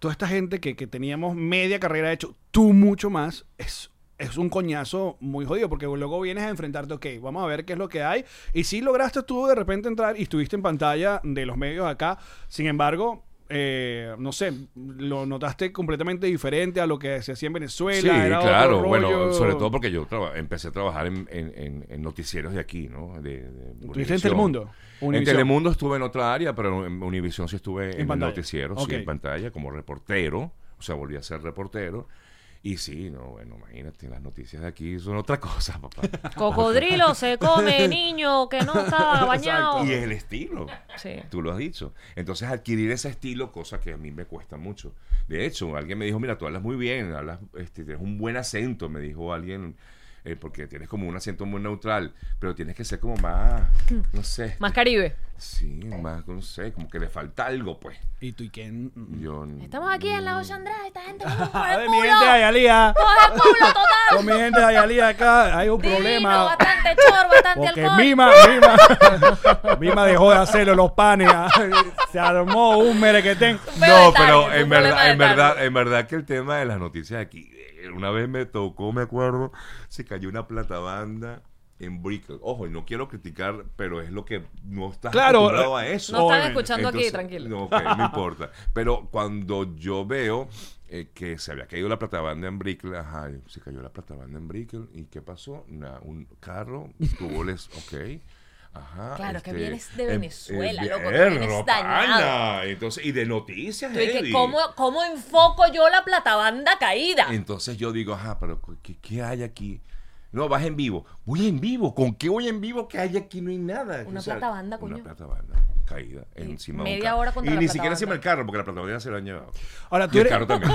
S2: toda esta gente que, que teníamos media carrera de hecho, tú mucho más, es, es un coñazo muy jodido, porque luego vienes a enfrentarte, ok, vamos a ver qué es lo que hay, y si lograste tú de repente entrar y estuviste en pantalla de los medios acá, sin embargo... eh, no sé, lo notaste completamente diferente a lo que se hacía en Venezuela.
S1: Sí,
S2: era otro
S1: claro. Bueno,
S2: rollo.
S1: sobre todo porque yo traba- empecé a trabajar en, en- en- en noticieros de aquí, ¿no? De, de
S2: ¿Estuviste en
S1: Univisión.
S2: Telemundo?
S1: En
S2: Univisión.
S1: Telemundo estuve en otra área, pero en Univisión sí estuve en, el
S2: pantalla.
S1: noticiero,
S2: Ok.
S1: sí, en pantalla, como reportero. O sea, volví a ser reportero. Y sí, no, bueno, imagínate, las noticias de aquí son otra cosa, papá.
S3: Cocodrilo se come, niño, que no estaba bañado.
S1: Y es el estilo.
S3: Sí.
S1: Tú lo has dicho. Entonces, adquirir ese estilo, cosa que a mí me cuesta mucho. De hecho, alguien me dijo, mira, tú hablas muy bien, hablas, este, tienes un buen acento, me dijo alguien, eh, porque tienes como un acento muy neutral, pero tienes que ser como más, no sé.
S3: Más Caribe.
S1: Sí, más, no sé, como que le falta algo, pues.
S2: ¿Y tú y quién?
S1: Yo,
S3: Estamos aquí en la
S1: Mm.
S3: Ocean Andrade, esta gente vive por
S2: Ah,
S3: el
S2: de mi gente de
S3: culo.
S2: Ayalía.
S3: Por el culo total.
S2: Con mi gente de Ayalía acá hay un
S3: Divino,
S2: problema.
S3: bastante chor, bastante
S2: Porque
S3: alcohol.
S2: Mima, Mima, Mima dejó de hacerlo los panes. ah. Se armó un merequetén.
S3: Fue de
S1: No,
S3: tarde,
S1: pero
S3: fue un
S1: en
S3: problema
S1: verdad,
S3: de
S1: en
S3: tarde.
S1: verdad, en verdad que el tema de las noticias de aquí, eh, una vez me tocó, me acuerdo, se cayó una platabanda en Brickell. Ojo, y no quiero criticar, pero es lo que no estás
S2: Claro,
S1: acostumbrado a eso.
S3: No están
S2: Obviamente.
S3: escuchando aquí,
S1: Entonces,
S3: tranquilo.
S1: No, ok, no importa. Pero cuando yo veo eh, que se había caído la platabanda en Brickell, ajá, se cayó la platabanda en Brickell, ¿y qué pasó? Na- un carro, tuvo les, ok. Ajá,
S3: Claro, que
S1: este,
S3: vienes de
S1: em-
S3: Venezuela,
S1: eh,
S3: loco, que
S1: verlo,
S3: vienes dañado.
S1: pana, Entonces, y de noticias,
S3: Yo dije,
S1: heavy.
S3: ¿cómo, ¿cómo enfoco yo la platabanda caída?
S1: Entonces yo digo, ajá, pero cu- ¿qué, qué hay aquí? No, vas en vivo. Voy en vivo. ¿Con qué voy en vivo? Que hay aquí no hay nada.
S3: Una platabanda, coño.
S1: Una plata banda caída encima de un
S3: media
S1: carro.
S3: hora contra
S1: Y
S3: la
S1: ni siquiera
S3: platabanda.
S1: encima del carro, porque la platabanda se lo han llevado.
S2: Ahora, tú
S1: Y el
S2: eres-
S1: carro también.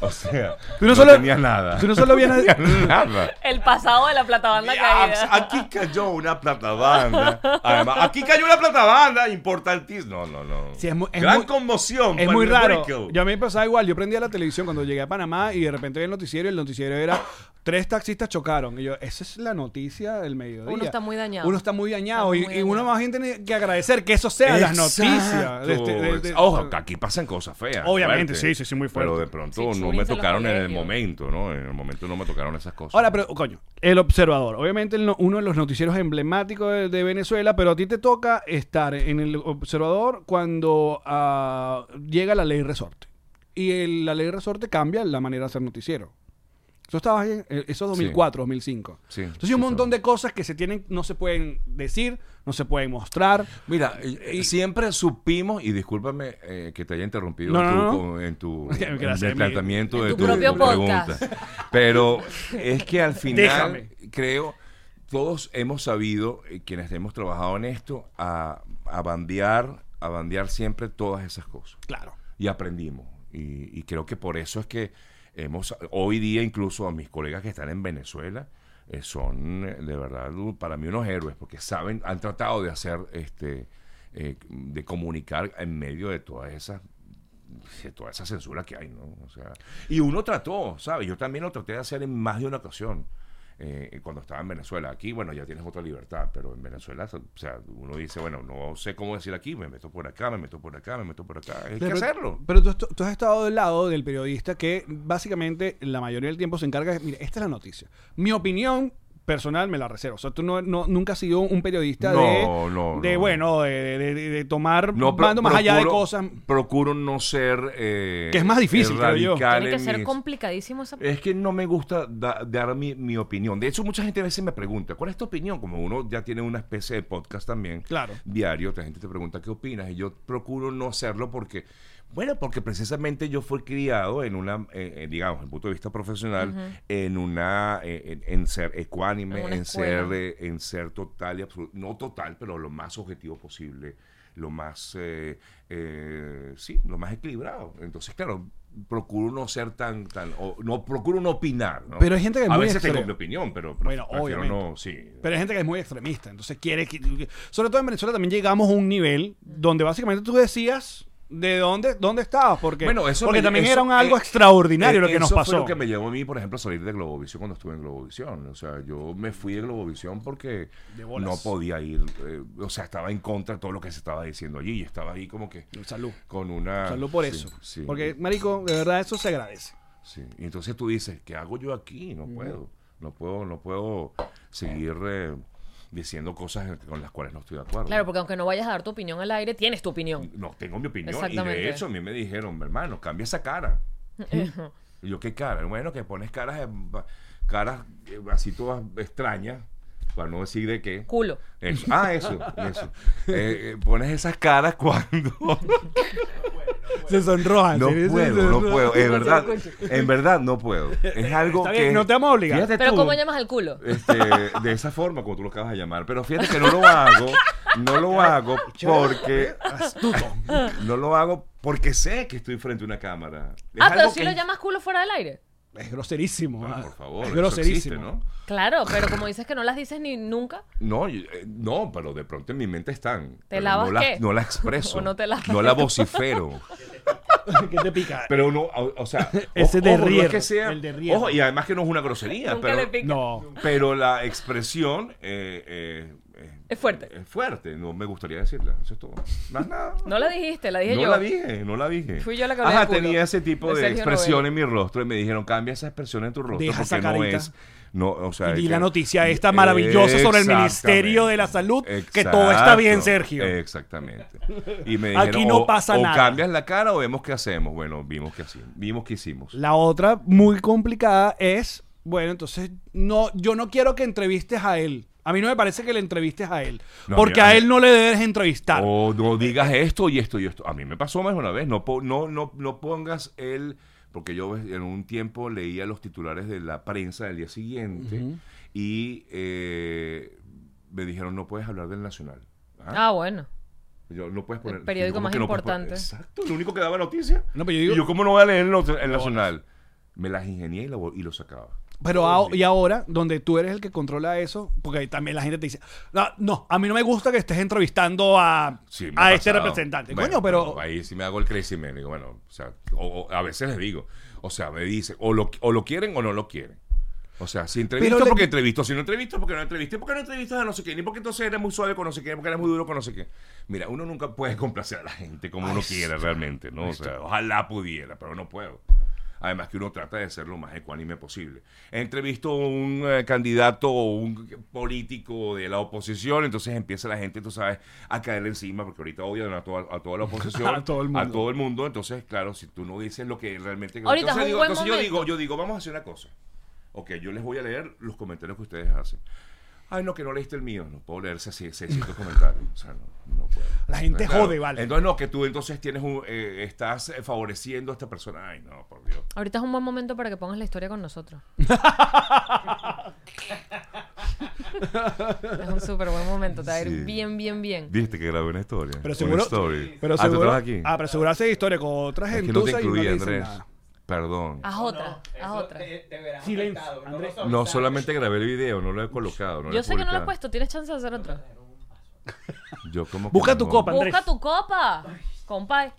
S1: o sea,
S2: Tú no
S1: no,
S2: solo-
S1: tenía nada.
S2: tú no solo vienes-
S1: No tenía nada.
S3: El pasado de la platabanda
S1: Ya,
S3: caída.
S1: Aquí cayó una platabanda. Además, aquí cayó una platabanda importantísima. No, no, no.
S2: Sí, es muy- es
S1: Gran
S2: muy-
S1: conmoción.
S2: Es
S1: para
S2: muy
S1: el
S2: raro.
S1: Brickell.
S2: Yo a mí me pasaba igual. Yo prendía la televisión cuando llegué a Panamá y de repente vi el noticiero y el noticiero era tres taxistas chocaron. Y yo, esa es la noticia del mediodía.
S3: Uno está muy dañado.
S2: Uno está muy dañado.
S3: Está
S2: y,
S3: muy
S2: y uno
S3: dañado.
S2: más bien tiene que agradecer que eso sea las noticias.
S1: Exacto,
S2: de este- de- de-
S1: ex- Ojo, que aquí pasan cosas feas.
S2: Obviamente,
S1: fuerte.
S2: sí, sí, sí, muy fuerte.
S1: Pero de pronto
S3: Sí,
S1: no
S3: subirse
S1: me
S3: a los
S1: tocaron en el
S3: colegios.
S1: momento, ¿no? En el momento no me tocaron esas cosas.
S2: Ahora, pero, coño, el observador. Obviamente, el no- uno de los noticieros emblemáticos de, de Venezuela, pero a ti te toca estar en el observador cuando ah, llega la ley resorte. Y el- la ley resorte cambia la manera de hacer noticiero. Eso estaba en eh, eso es 2004, 2005.
S1: Sí,
S2: Entonces, hay
S1: sí,
S2: un montón
S1: claro.
S2: de cosas que se tienen, no se pueden decir, no se pueden mostrar.
S1: Mira,
S2: eh,
S1: y- y siempre supimos, y discúlpame eh, que te haya interrumpido
S2: No,
S1: en
S2: no,
S1: tu,
S2: no.
S1: con- en tu
S2: Gracias,
S1: en
S2: Emilio.
S1: el planteamiento de
S3: tu
S1: tu,
S3: propio
S1: pregunta.
S3: podcast.
S1: Pero es que al final,
S2: Déjame.
S1: creo, todos hemos sabido, eh, quienes hemos trabajado en esto, a, a bandear, a bandear siempre todas esas cosas.
S2: Claro.
S1: y aprendimos. Y, y creo que por eso es que hemos, hoy día incluso a mis colegas que están en Venezuela, eh, son eh, de verdad u- para mí unos héroes, porque saben, han tratado de hacer, este, eh, de comunicar en medio de todas esas de toda esa censura que hay, ¿no? O sea, y uno trató, ¿sabes? Yo también lo traté de hacer en más de una ocasión. eh, cuando estaba en Venezuela, aquí, bueno, ya tienes otra libertad, pero en Venezuela, o sea, uno dice, bueno, no sé cómo decir aquí, me meto por acá, me meto por acá, me meto por acá. Hay que
S2: Pero-
S1: hacerlo.
S2: Pero tú, tú has estado del lado del periodista que básicamente la mayoría del tiempo se encarga de, mire, esta es la noticia. Mi opinión personal me la reservo. O sea, tú no, no- nunca has sido un periodista
S1: No,
S2: de,
S1: no,
S2: de
S1: no.
S2: bueno, de, de- de- de tomar
S1: No, pro-
S2: mando más allá de
S1: procuro-
S2: cosas.
S1: Procuro no ser. eh,
S2: Que es más difícil, creo yo.
S1: radical
S3: Tiene que
S1: en
S3: ser
S1: mis- Eh.
S3: complicadísimo esa
S1: Es que no me gusta da- dar mi, mi opinión. De hecho, mucha gente a veces me pregunta, ¿cuál es tu opinión? Como uno ya tiene una especie de podcast también.
S2: Claro.
S1: Diario, la gente te pregunta qué opinas. Y yo procuro no hacerlo porque, bueno, porque precisamente yo fui criado en una, eh, eh, digamos, desde el punto de vista profesional, en una, eh, en, en ser ecuánime,
S3: En una
S1: en, ser,
S3: escuela.
S1: eh, en ser total y absoluto, no total, pero lo más objetivo posible lo más, eh, eh, sí, lo más equilibrado. Entonces, claro, procuro no ser tan, tan, o no, procuro no opinar, ¿no?
S2: Pero hay gente que es
S1: A
S2: muy
S1: veces tengo
S2: extrema.
S1: mi opinión, pero pre-
S2: Bueno,
S1: prefiero
S2: obviamente.
S1: no, sí.
S2: Pero hay gente que es muy extremista, entonces quiere que... Sobre todo en Venezuela también llegamos a un nivel donde básicamente tú decías de dónde, dónde estabas, porque,
S1: Bueno, eso
S2: porque
S1: me-
S2: también
S1: eso-
S2: era un algo
S1: eh,
S2: extraordinario lo
S1: eh,
S2: que nos
S1: eso fue
S2: pasó.
S1: lo que me llevó a mí, por ejemplo, a salir de Globovisión cuando estuve en Globovisión. O sea, yo me fui de Globovisión porque
S2: De bolas.
S1: no podía ir, eh, o sea, estaba en contra de todo lo que se estaba diciendo allí y estaba ahí como que
S2: Salud.
S1: con una...
S2: Salud por
S1: Ah, sí,
S2: eso.
S1: sí.
S2: Porque, marico, de verdad eso se agradece.
S1: Sí, y entonces tú dices, ¿qué hago yo aquí? No puedo, no puedo, no puedo seguir eh, diciendo cosas con las cuales no estoy de acuerdo.
S3: Claro, porque aunque no vayas a dar tu opinión al aire, tienes tu opinión.
S1: No, tengo mi opinión. Y
S3: Exactamente.
S1: de hecho, a mí me dijeron, hermano, cambia esa cara. y yo, ¿qué cara? Bueno, que pones caras, eh, caras eh, así todas extrañas, para no decir de qué.
S3: Culo.
S1: Eso. Ah, eso, eso. Eh, eh, pones esas caras cuando...
S2: Se sonrojan.
S1: No
S2: ¿sí? Se
S1: puedo, no
S2: sonrojan.
S1: puedo. En verdad, en verdad no puedo. Es algo
S2: Está
S1: que...
S2: bien, no te vamos a obligar.
S1: Fíjate
S3: Pero
S1: tú,
S3: ¿cómo llamas al culo?
S1: este, de esa forma como tú lo acabas de llamar. Pero fíjate que no lo hago, no lo hago porque no lo hago porque sé que estoy frente a una cámara. Es
S3: Ah, pero
S1: algo
S3: si
S1: que-
S3: lo llamas culo fuera del aire.
S2: Es groserísimo.
S1: Ah,
S2: ah,
S1: por favor,
S2: es
S1: eso
S2: groserísimo.
S1: existe, ¿no?
S3: Claro, pero como dices que no las dices ni nunca,
S1: No, yo- eh, no, pero de pronto en mi mente están. pero
S3: lavas
S1: no la,
S3: qué?
S1: no la expreso.
S3: ¿O no te lavas?
S1: la vocifero.
S2: ¿Qué te pica?
S1: Pero no, o, o sea,
S2: Ese
S1: ojo,
S2: de
S1: no es
S2: rier,
S1: que sea-
S2: el de rier.
S1: ojo, y además que no es una grosería,
S3: nunca
S1: pero
S3: le pica.
S2: No.
S1: pero la expresión eh, eh, eh,
S3: Es fuerte.
S1: Es fuerte, no me gustaría decirla. Eso es todo. Más nada.
S3: No la dijiste, la dije
S1: no
S3: yo.
S1: la dije, no la dije.
S3: Fui yo la que hablé
S1: Ajá,
S3: de culo.
S1: tenía ese tipo
S3: De
S1: de,
S3: Sergio
S1: expresión
S3: Novello.
S1: en mi rostro y me dijeron, cambia esa expresión en tu rostro
S2: Deja esa
S1: porque no
S2: carita.
S1: es. No, o sea,
S2: Y
S1: es
S2: di
S1: que-
S2: la noticia esta maravillosa sobre el Ministerio de la Salud, que todo está bien, Sergio.
S1: Exactamente. Y me
S2: Aquí no
S1: "O-
S2: pasa nada".
S1: O cambias la cara o vemos qué hacemos. Bueno, vimos qué hacemos. Vimos qué hicimos.
S2: La otra muy complicada es, bueno, entonces no, yo no quiero que entrevistes a él. A mí no me parece que le entrevistes a él,
S1: No,
S2: porque
S1: mira,
S2: a
S1: mira.
S2: él no le debes entrevistar.
S1: O no digas esto y esto y esto. A mí me pasó más de una vez. No, po- no, no, no pongas el. Porque yo en un tiempo leía los titulares de la prensa del día siguiente y eh, me dijeron: no puedes hablar del Nacional.
S3: Ah, bueno.
S1: Yo, no puedes poner.
S3: El periódico
S1: ¿Cómo
S3: más
S1: que no puedes
S3: importante.
S1: poner? exacto, el único que daba noticia.
S2: No, pero yo digo-
S1: y yo, ¿cómo no voy a leer el, not- el Nacional? Me las ingenié y, la vol- y lo sacaba.
S2: Pero a- y ahora, donde tú eres el que controla eso, porque ahí también la gente te dice, no, no, a mí no me gusta que estés entrevistando a,
S1: Sí, me ha
S2: a este
S1: pasado.
S2: representante.
S1: Bueno,
S2: Coño, pero...
S1: Ahí sí me hago el crecimiento. Digo, bueno, o sea, o- o a veces les digo, o sea, me dicen, o lo, o lo quieren o no lo quieren. O sea, si entrevisto
S2: Pero le-
S1: porque entrevisto, si no entrevisto porque no entrevisto, porque no entrevistas a no sé quién, y porque entonces eres muy suave con no sé quién, porque eres muy duro con no sé quién. Mira, uno nunca puede complacer a la gente como uno quiere realmente, ¿no? O sea, ojalá pudiera, pero no puedo. Además que uno trata de ser lo más ecuánime posible. Entrevisto a un eh, candidato o un político de la oposición, entonces empieza la gente, tú sabes, a caerle encima, porque ahorita odian a toda, a toda la oposición,
S2: A todo el mundo.
S1: a todo el mundo. Entonces, claro, si tú no dices lo que realmente...
S3: Ahorita es
S1: entonces
S3: un
S1: digo-
S3: buen
S1: entonces yo
S3: momento.
S1: digo, yo digo, vamos a hacer una cosa. Ok, yo les voy a leer los comentarios que ustedes hacen. Ay, no, que no leíste el mío. No puedo leerse 600 comentarios. O sea, no, no puedo.
S2: La gente
S1: Entonces, claro,
S2: jode, vale.
S1: Entonces, no, que tú entonces tienes un, eh, estás eh, favoreciendo a esta persona. Ay, no, por Dios.
S3: Ahorita es un buen momento para que pongas la historia con nosotros. es un súper buen momento. Te va a ir
S1: Sí.
S3: bien, bien, bien.
S1: Viste que grabé una historia.
S2: Pero seguro... Pero
S1: ah, ¿tú
S2: seguro,
S1: estabas aquí?
S2: ah, pero seguro hace historia con otra
S1: es
S2: gente.
S1: que no te incluí, Andrés. Perdón.
S3: Haz otra, haz otra.
S6: Eh,
S2: Silencio, Andrés.
S1: No, solamente grabé el video, no lo he colocado. No
S3: Yo sé que no lo he
S1: publicado.
S3: puesto, tienes chance de hacer otra.
S1: Yo como que
S2: Busca
S1: no-
S2: tu copa. Andrés.
S3: Busca tu copa, compay.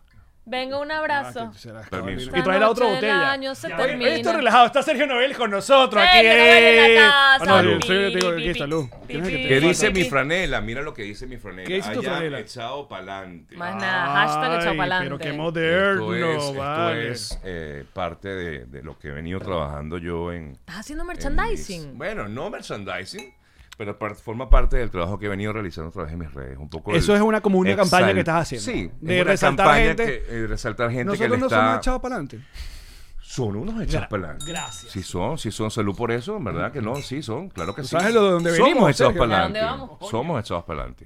S3: Venga, un
S7: Ah,
S3: abrazo.
S1: Permiso.
S7: Y trae la otra
S3: noche del
S7: botella.
S3: año se
S7: Oye,
S3: termina.
S7: Esto relajado. Está Sergio Noel con nosotros aquí.
S3: Sergio Noel en la casa.
S7: Ah, no, yo
S1: Salud.
S7: soy yo tengo
S3: Pi,
S7: aquí,
S3: pi,
S7: salud.
S3: pi,
S7: Tienes que
S3: pi,
S7: te-
S1: ¿Qué
S3: Exacto.
S1: dice mi franela? Mira lo que dice mi franela.
S2: ¿Qué dice tu
S1: Allá
S2: franela?
S1: echado pa'lante. Ah,
S3: Más nada, hashtag echado
S7: Ay,
S3: pa'lante.
S7: Pero qué
S1: Esto
S7: moderno,
S1: es, esto
S7: vale.
S1: es, eh, parte de, de lo que he venido trabajando yo en...
S3: Estás haciendo
S1: en mis-
S3: merchandising.
S1: bueno, no merchandising, pero par- forma parte del trabajo que he venido realizando a través de mis redes. Un poco
S2: Eso
S1: el
S2: es una- como una campaña
S1: exal-
S2: que estás haciendo.
S1: Sí,
S2: De
S1: es una
S2: resaltar
S1: campaña
S2: gente-
S1: que, eh, resaltar gente que
S2: Nosotros
S1: le
S2: no
S1: está...
S2: somos echados para adelante.
S1: Son unos echados para adelante.
S2: gracias.
S1: Sí son, sí son. Salud por eso, en ¿verdad? Que no, sí son, claro que sí.
S2: sabes lo de dónde venimos,
S1: Somos echados
S2: Sergio?
S1: para
S3: ¿De dónde
S1: adelante.
S3: vamos,
S1: Somos echados para adelante.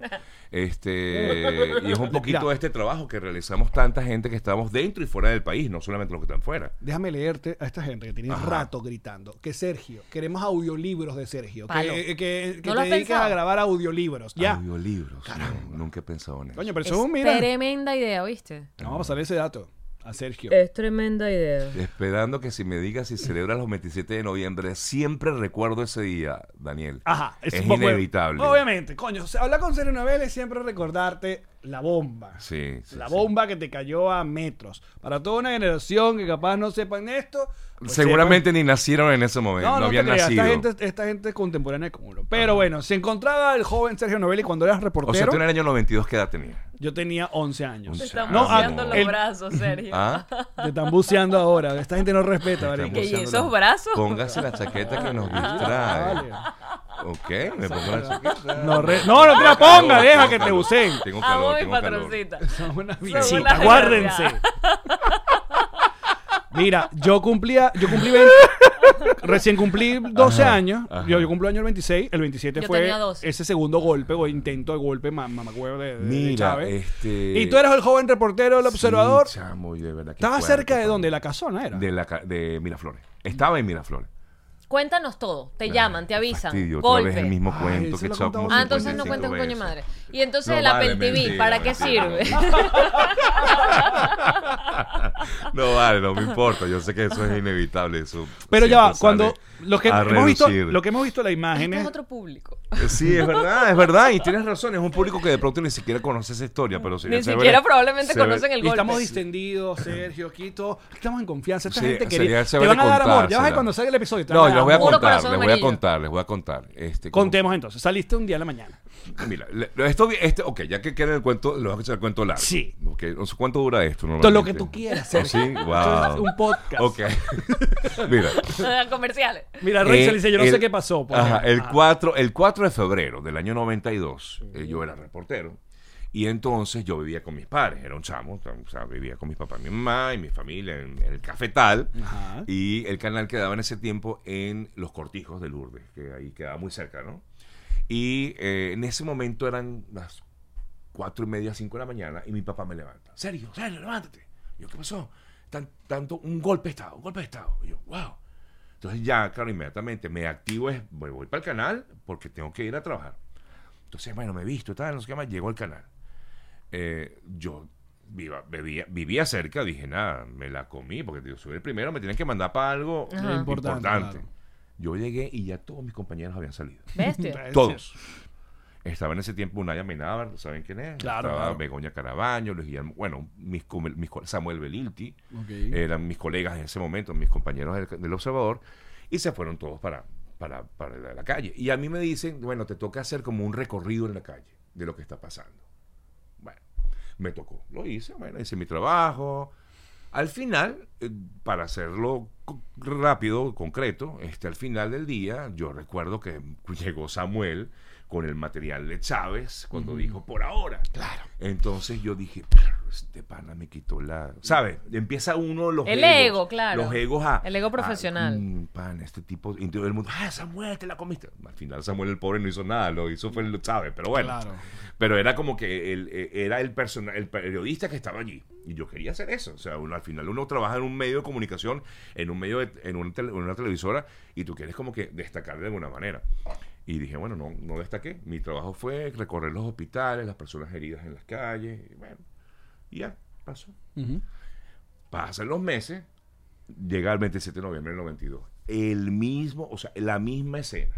S1: Este, y es un poquito de este trabajo que realizamos tanta gente que estamos dentro y fuera del país, no solamente los que están fuera.
S2: Déjame leerte a esta gente que tiene rato gritando. Que Sergio, queremos audiolibros de Sergio.
S3: Palo.
S2: Que, eh, que, que
S3: ¿No lo
S2: te
S3: has
S2: dediques
S3: pensado?
S2: a grabar audiolibros. Ya.
S1: Audiolibros. no, nunca he pensado en eso.
S2: Coño, pero
S3: Es
S2: eso es un mira.
S3: tremenda idea, ¿viste?
S2: Vamos a pasar ese dato a Sergio.
S3: Es tremenda idea.
S1: Esperando que si me digas si celebras los 27 de noviembre, siempre recuerdo ese día, Daniel.
S2: Ajá.
S1: es,
S2: un poco-
S1: inevitable.
S2: Obviamente, coño. o sea, hablar con Sergio Novel es siempre recordarte la bomba.
S1: Sí, sí,
S2: La
S1: sí.
S2: bomba que te cayó a metros. Para toda una generación que capaz no sepan esto. pues
S1: Seguramente ni nacieron en ese momento, no,
S2: No, no, te
S1: habían
S2: creas,
S1: nacido.
S2: Esta gente, esta gente es contemporánea como uno. Pero bueno, se encontraba el joven Sergio Novelli cuando eras
S1: O sea,
S2: reportero.
S1: tú en el año 92, ¿qué edad tenías?
S2: Yo tenía 11 años.
S3: Te están
S2: No, ah,
S3: buceando los
S2: el-
S3: brazos, Sergio.
S1: ¿Ah?
S2: Te están buceando ahora. Esta gente no respeta,
S1: Estamos
S2: marico.
S3: ¿Qué, y
S1: usando
S3: esos
S1: la-
S3: brazos?
S1: Póngase la chaqueta que nos distrae. ok, me pongo la chaqueta.
S2: No, re- no, no te la
S1: Tengo
S2: ponga,
S1: calor,
S2: deja
S1: tengo
S2: que te
S1: calor,
S2: usen.
S1: Tengo
S3: Amo
S1: calor,
S3: mi
S1: tengo calor.
S3: patroncita.
S2: Son una
S3: Ah, Son
S2: bichita.
S3: una
S2: Guárdense.
S3: desgracia.
S2: Mira, yo cumplía, yo cumplí 20 recién cumplí 12 años. Yo, yo cumplo año el 26, el 27
S3: Yo
S2: fue
S3: tenía 12.
S2: ese segundo golpe o intento de golpe, ma- mamacuevo de, de- de
S1: Mira,
S2: Chávez.
S1: este.
S2: Y tú eras el joven reportero, el
S1: Sí,
S2: observador.
S1: chamo, y de verdad que
S2: ¿Estabas
S1: fuerte,
S2: cerca de
S1: chamo.
S2: dónde? La casona era.
S1: De, la, ca- de Miraflores. Estaba en Miraflores.
S3: Cuéntanos todo. Te llaman, te avisan.
S1: Fastidio, otra vez
S3: golpe.
S1: el mismo
S2: Ay,
S1: cuento
S2: se
S1: que he
S2: lo
S1: echado como
S3: Ah, entonces no
S1: 55
S3: cuentas un coño
S1: veces.
S3: madre. Y entonces
S1: No
S3: el Apple
S1: vale,
S3: TV,
S1: mentira,
S3: ¿para qué
S1: mentira,
S3: sirve?
S1: No vale, no me importa. Yo sé que eso es inevitable. Eso
S2: Pero ya va,
S1: siempre
S2: cuando
S1: pues, sale
S2: los que
S1: a
S2: hemos visto,
S1: reducir.
S2: lo que hemos visto en las
S3: Este
S2: imágenes,
S3: es otro público.
S1: Sí, es verdad, es verdad. Y tienes razón. Es un público que de pronto ni siquiera conoce esa historia. pero sí,
S3: Ni
S1: se ve-
S3: siquiera probablemente
S1: se ve-
S3: conocen el
S2: y estamos
S3: golpe.
S2: distendidos, Sergio, Quito, estamos en confianza. Esta
S1: Sí,
S2: gente
S1: sería-
S2: quería.
S1: se
S2: Te
S1: vale
S2: van a dar amor. Ya vas a ver
S1: contársela.
S2: cuando salga el episodio. te
S1: No,
S2: van
S1: yo
S2: a dar
S1: les voy a
S2: amor.
S3: Puro
S1: contar,
S3: corazón
S1: les voy a
S3: amarillo.
S1: contar, les voy a contar. Este, como-
S2: Contemos entonces. Saliste un día a la mañana.
S1: Mira, le- esto, vi- este, ok, ya que queda el cuento, lo vas a echar el cuento largo.
S2: Sí.
S1: Ok, no sé ¿Cuánto dura esto?
S2: Todo
S1: Normalmente?
S2: lo que tú quieras,
S1: Oh,
S2: Sergio.
S1: sí,
S2: Esto es
S1: wow.
S2: un podcast.
S1: Ok. Mira.
S3: Comerciales.
S2: Mira, Rey se
S1: eh,
S2: le dice, yo no sé
S1: el-
S2: qué pasó. pues". por
S1: Ajá,
S2: ejemplo.
S1: el, 4, el 4 de febrero del año 92, eh, yo era reportero. Y entonces yo vivía con mis padres, era un chamo, o sea, vivía con mis papás, mi mamá y mi familia en el cafetal.
S2: Ajá.
S1: Y el canal quedaba en ese tiempo en Los Cortijos de Lourdes, que ahí quedaba muy cerca, ¿no? Y eh, en ese momento eran las cuatro y media, cinco de la mañana, y mi papá me levanta. Sergio, Sergio, levántate. Y yo, ¿qué pasó? Están dando un golpe de estado, un golpe de estado. Y yo, wow. Entonces ya, claro, inmediatamente me activo, es, voy, voy para el canal porque tengo que ir a trabajar. Entonces, bueno, me he visto, tal, no sé qué más, llego al canal. Eh, yo viva- bebía- vivía cerca, dije, nada, me la comí porque yo soy el primero, me tienen que mandar para algo
S3: Ajá.
S2: Importante,
S1: importante.
S2: claro.
S1: Yo llegué y ya todos mis compañeros habían salido.
S3: Bestia.
S1: Todos. Estaba en ese tiempo Unaya Menábar, ¿saben quién es?
S2: Claro,
S1: Estaba
S2: claro.
S1: Begoña Carabaño, Luis Guillermo, bueno, mis, co- mis co- Samuel Belilti,
S2: Ok.
S1: eran mis colegas en ese momento, mis compañeros del, del Observador, y se fueron todos para, para, para la, la calle. Y a mí me dicen, bueno, te toca hacer como un recorrido en la calle de lo que está pasando. Bueno, me tocó, lo hice, bueno, hice mi trabajo. Al final, eh, para hacerlo co- rápido, concreto, este, al final del día, yo recuerdo que llegó Samuel con el material de Chávez cuando dijo por ahora. Claro. Entonces yo dije, "Perro, este pana me quitó la. ¿Sabes? Empieza uno los
S3: El
S1: egos,
S3: ego, claro.
S1: Los egos a.
S3: El ego
S1: a,
S3: profesional.
S1: "Mm, pana, este tipo. Y todo el mundo, ah, Samuel, te la comiste. Al final, Samuel el pobre no hizo nada, lo hizo fue el Chávez, pero bueno.
S2: Claro.
S1: Pero era como que el, eh, era el, persona- el periodista que estaba allí. Y yo quería hacer eso. O sea, uno, al final uno trabaja en un medio de comunicación, en un medio de- en, un tele- en una televisora, y tú quieres como que destacar de alguna manera. Y dije, bueno, no, no destaqué. Mi trabajo fue recorrer los hospitales, las personas heridas en las calles. Y bueno, y ya, pasó. Pasan los meses, llega el 27 de noviembre del 92. El mismo, o sea, la misma escena.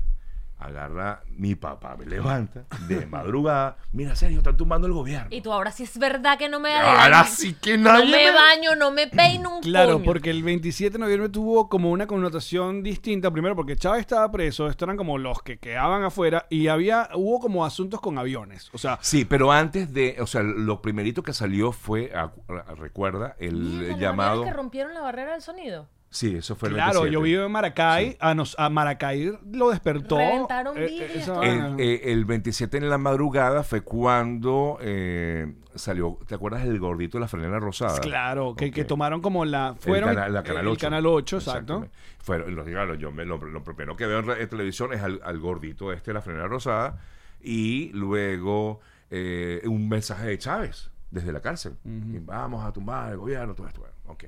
S1: Agarra mi papá, me levanta de madrugada. Mira, Sergio, están tumbando el gobierno.
S3: Y tú ahora sí es verdad que no me
S1: Ahora
S3: adelanto.
S1: sí que
S3: No
S1: nadie.
S3: me
S1: me-
S3: baño, no me peino un
S2: Claro,
S3: coño.
S2: porque el 27 de noviembre tuvo como una connotación distinta. Primero, porque Chávez estaba preso, estos eran como los que quedaban afuera y había hubo como asuntos con aviones. O sea,
S1: Sí, pero antes de, o sea, lo primerito que salió fue, acu- recuerda, el
S3: Mierda, ¿no
S1: llamado.
S3: era que rompieron la barrera del sonido?
S1: Sí, eso fue el
S2: claro,
S1: 27.
S2: yo vivo en Maracay, a, nos, a Maracay lo despertó.
S3: Reventaron
S2: eh,
S3: vidrios,
S2: esa
S3: todo.
S2: vaina.
S1: El, eh, el 27 en la madrugada fue cuando eh, salió, ¿te acuerdas del gordito de la franela rosada?
S2: Pues Claro, que, que
S1: Ok.
S2: tomaron como la...
S1: El
S2: Fueron
S1: cana- la Canal
S2: el
S1: 8.
S2: Canal 8, exacto.
S1: Exactamente. Fueron, lo, claro, yo me- lo, lo primero que veo en, re- en televisión es al, al gordito este, de la frenera rosada, y luego eh, un mensaje de Chávez desde la cárcel. Y Vamos a tumbar el gobierno, todo esto. bueno, ok.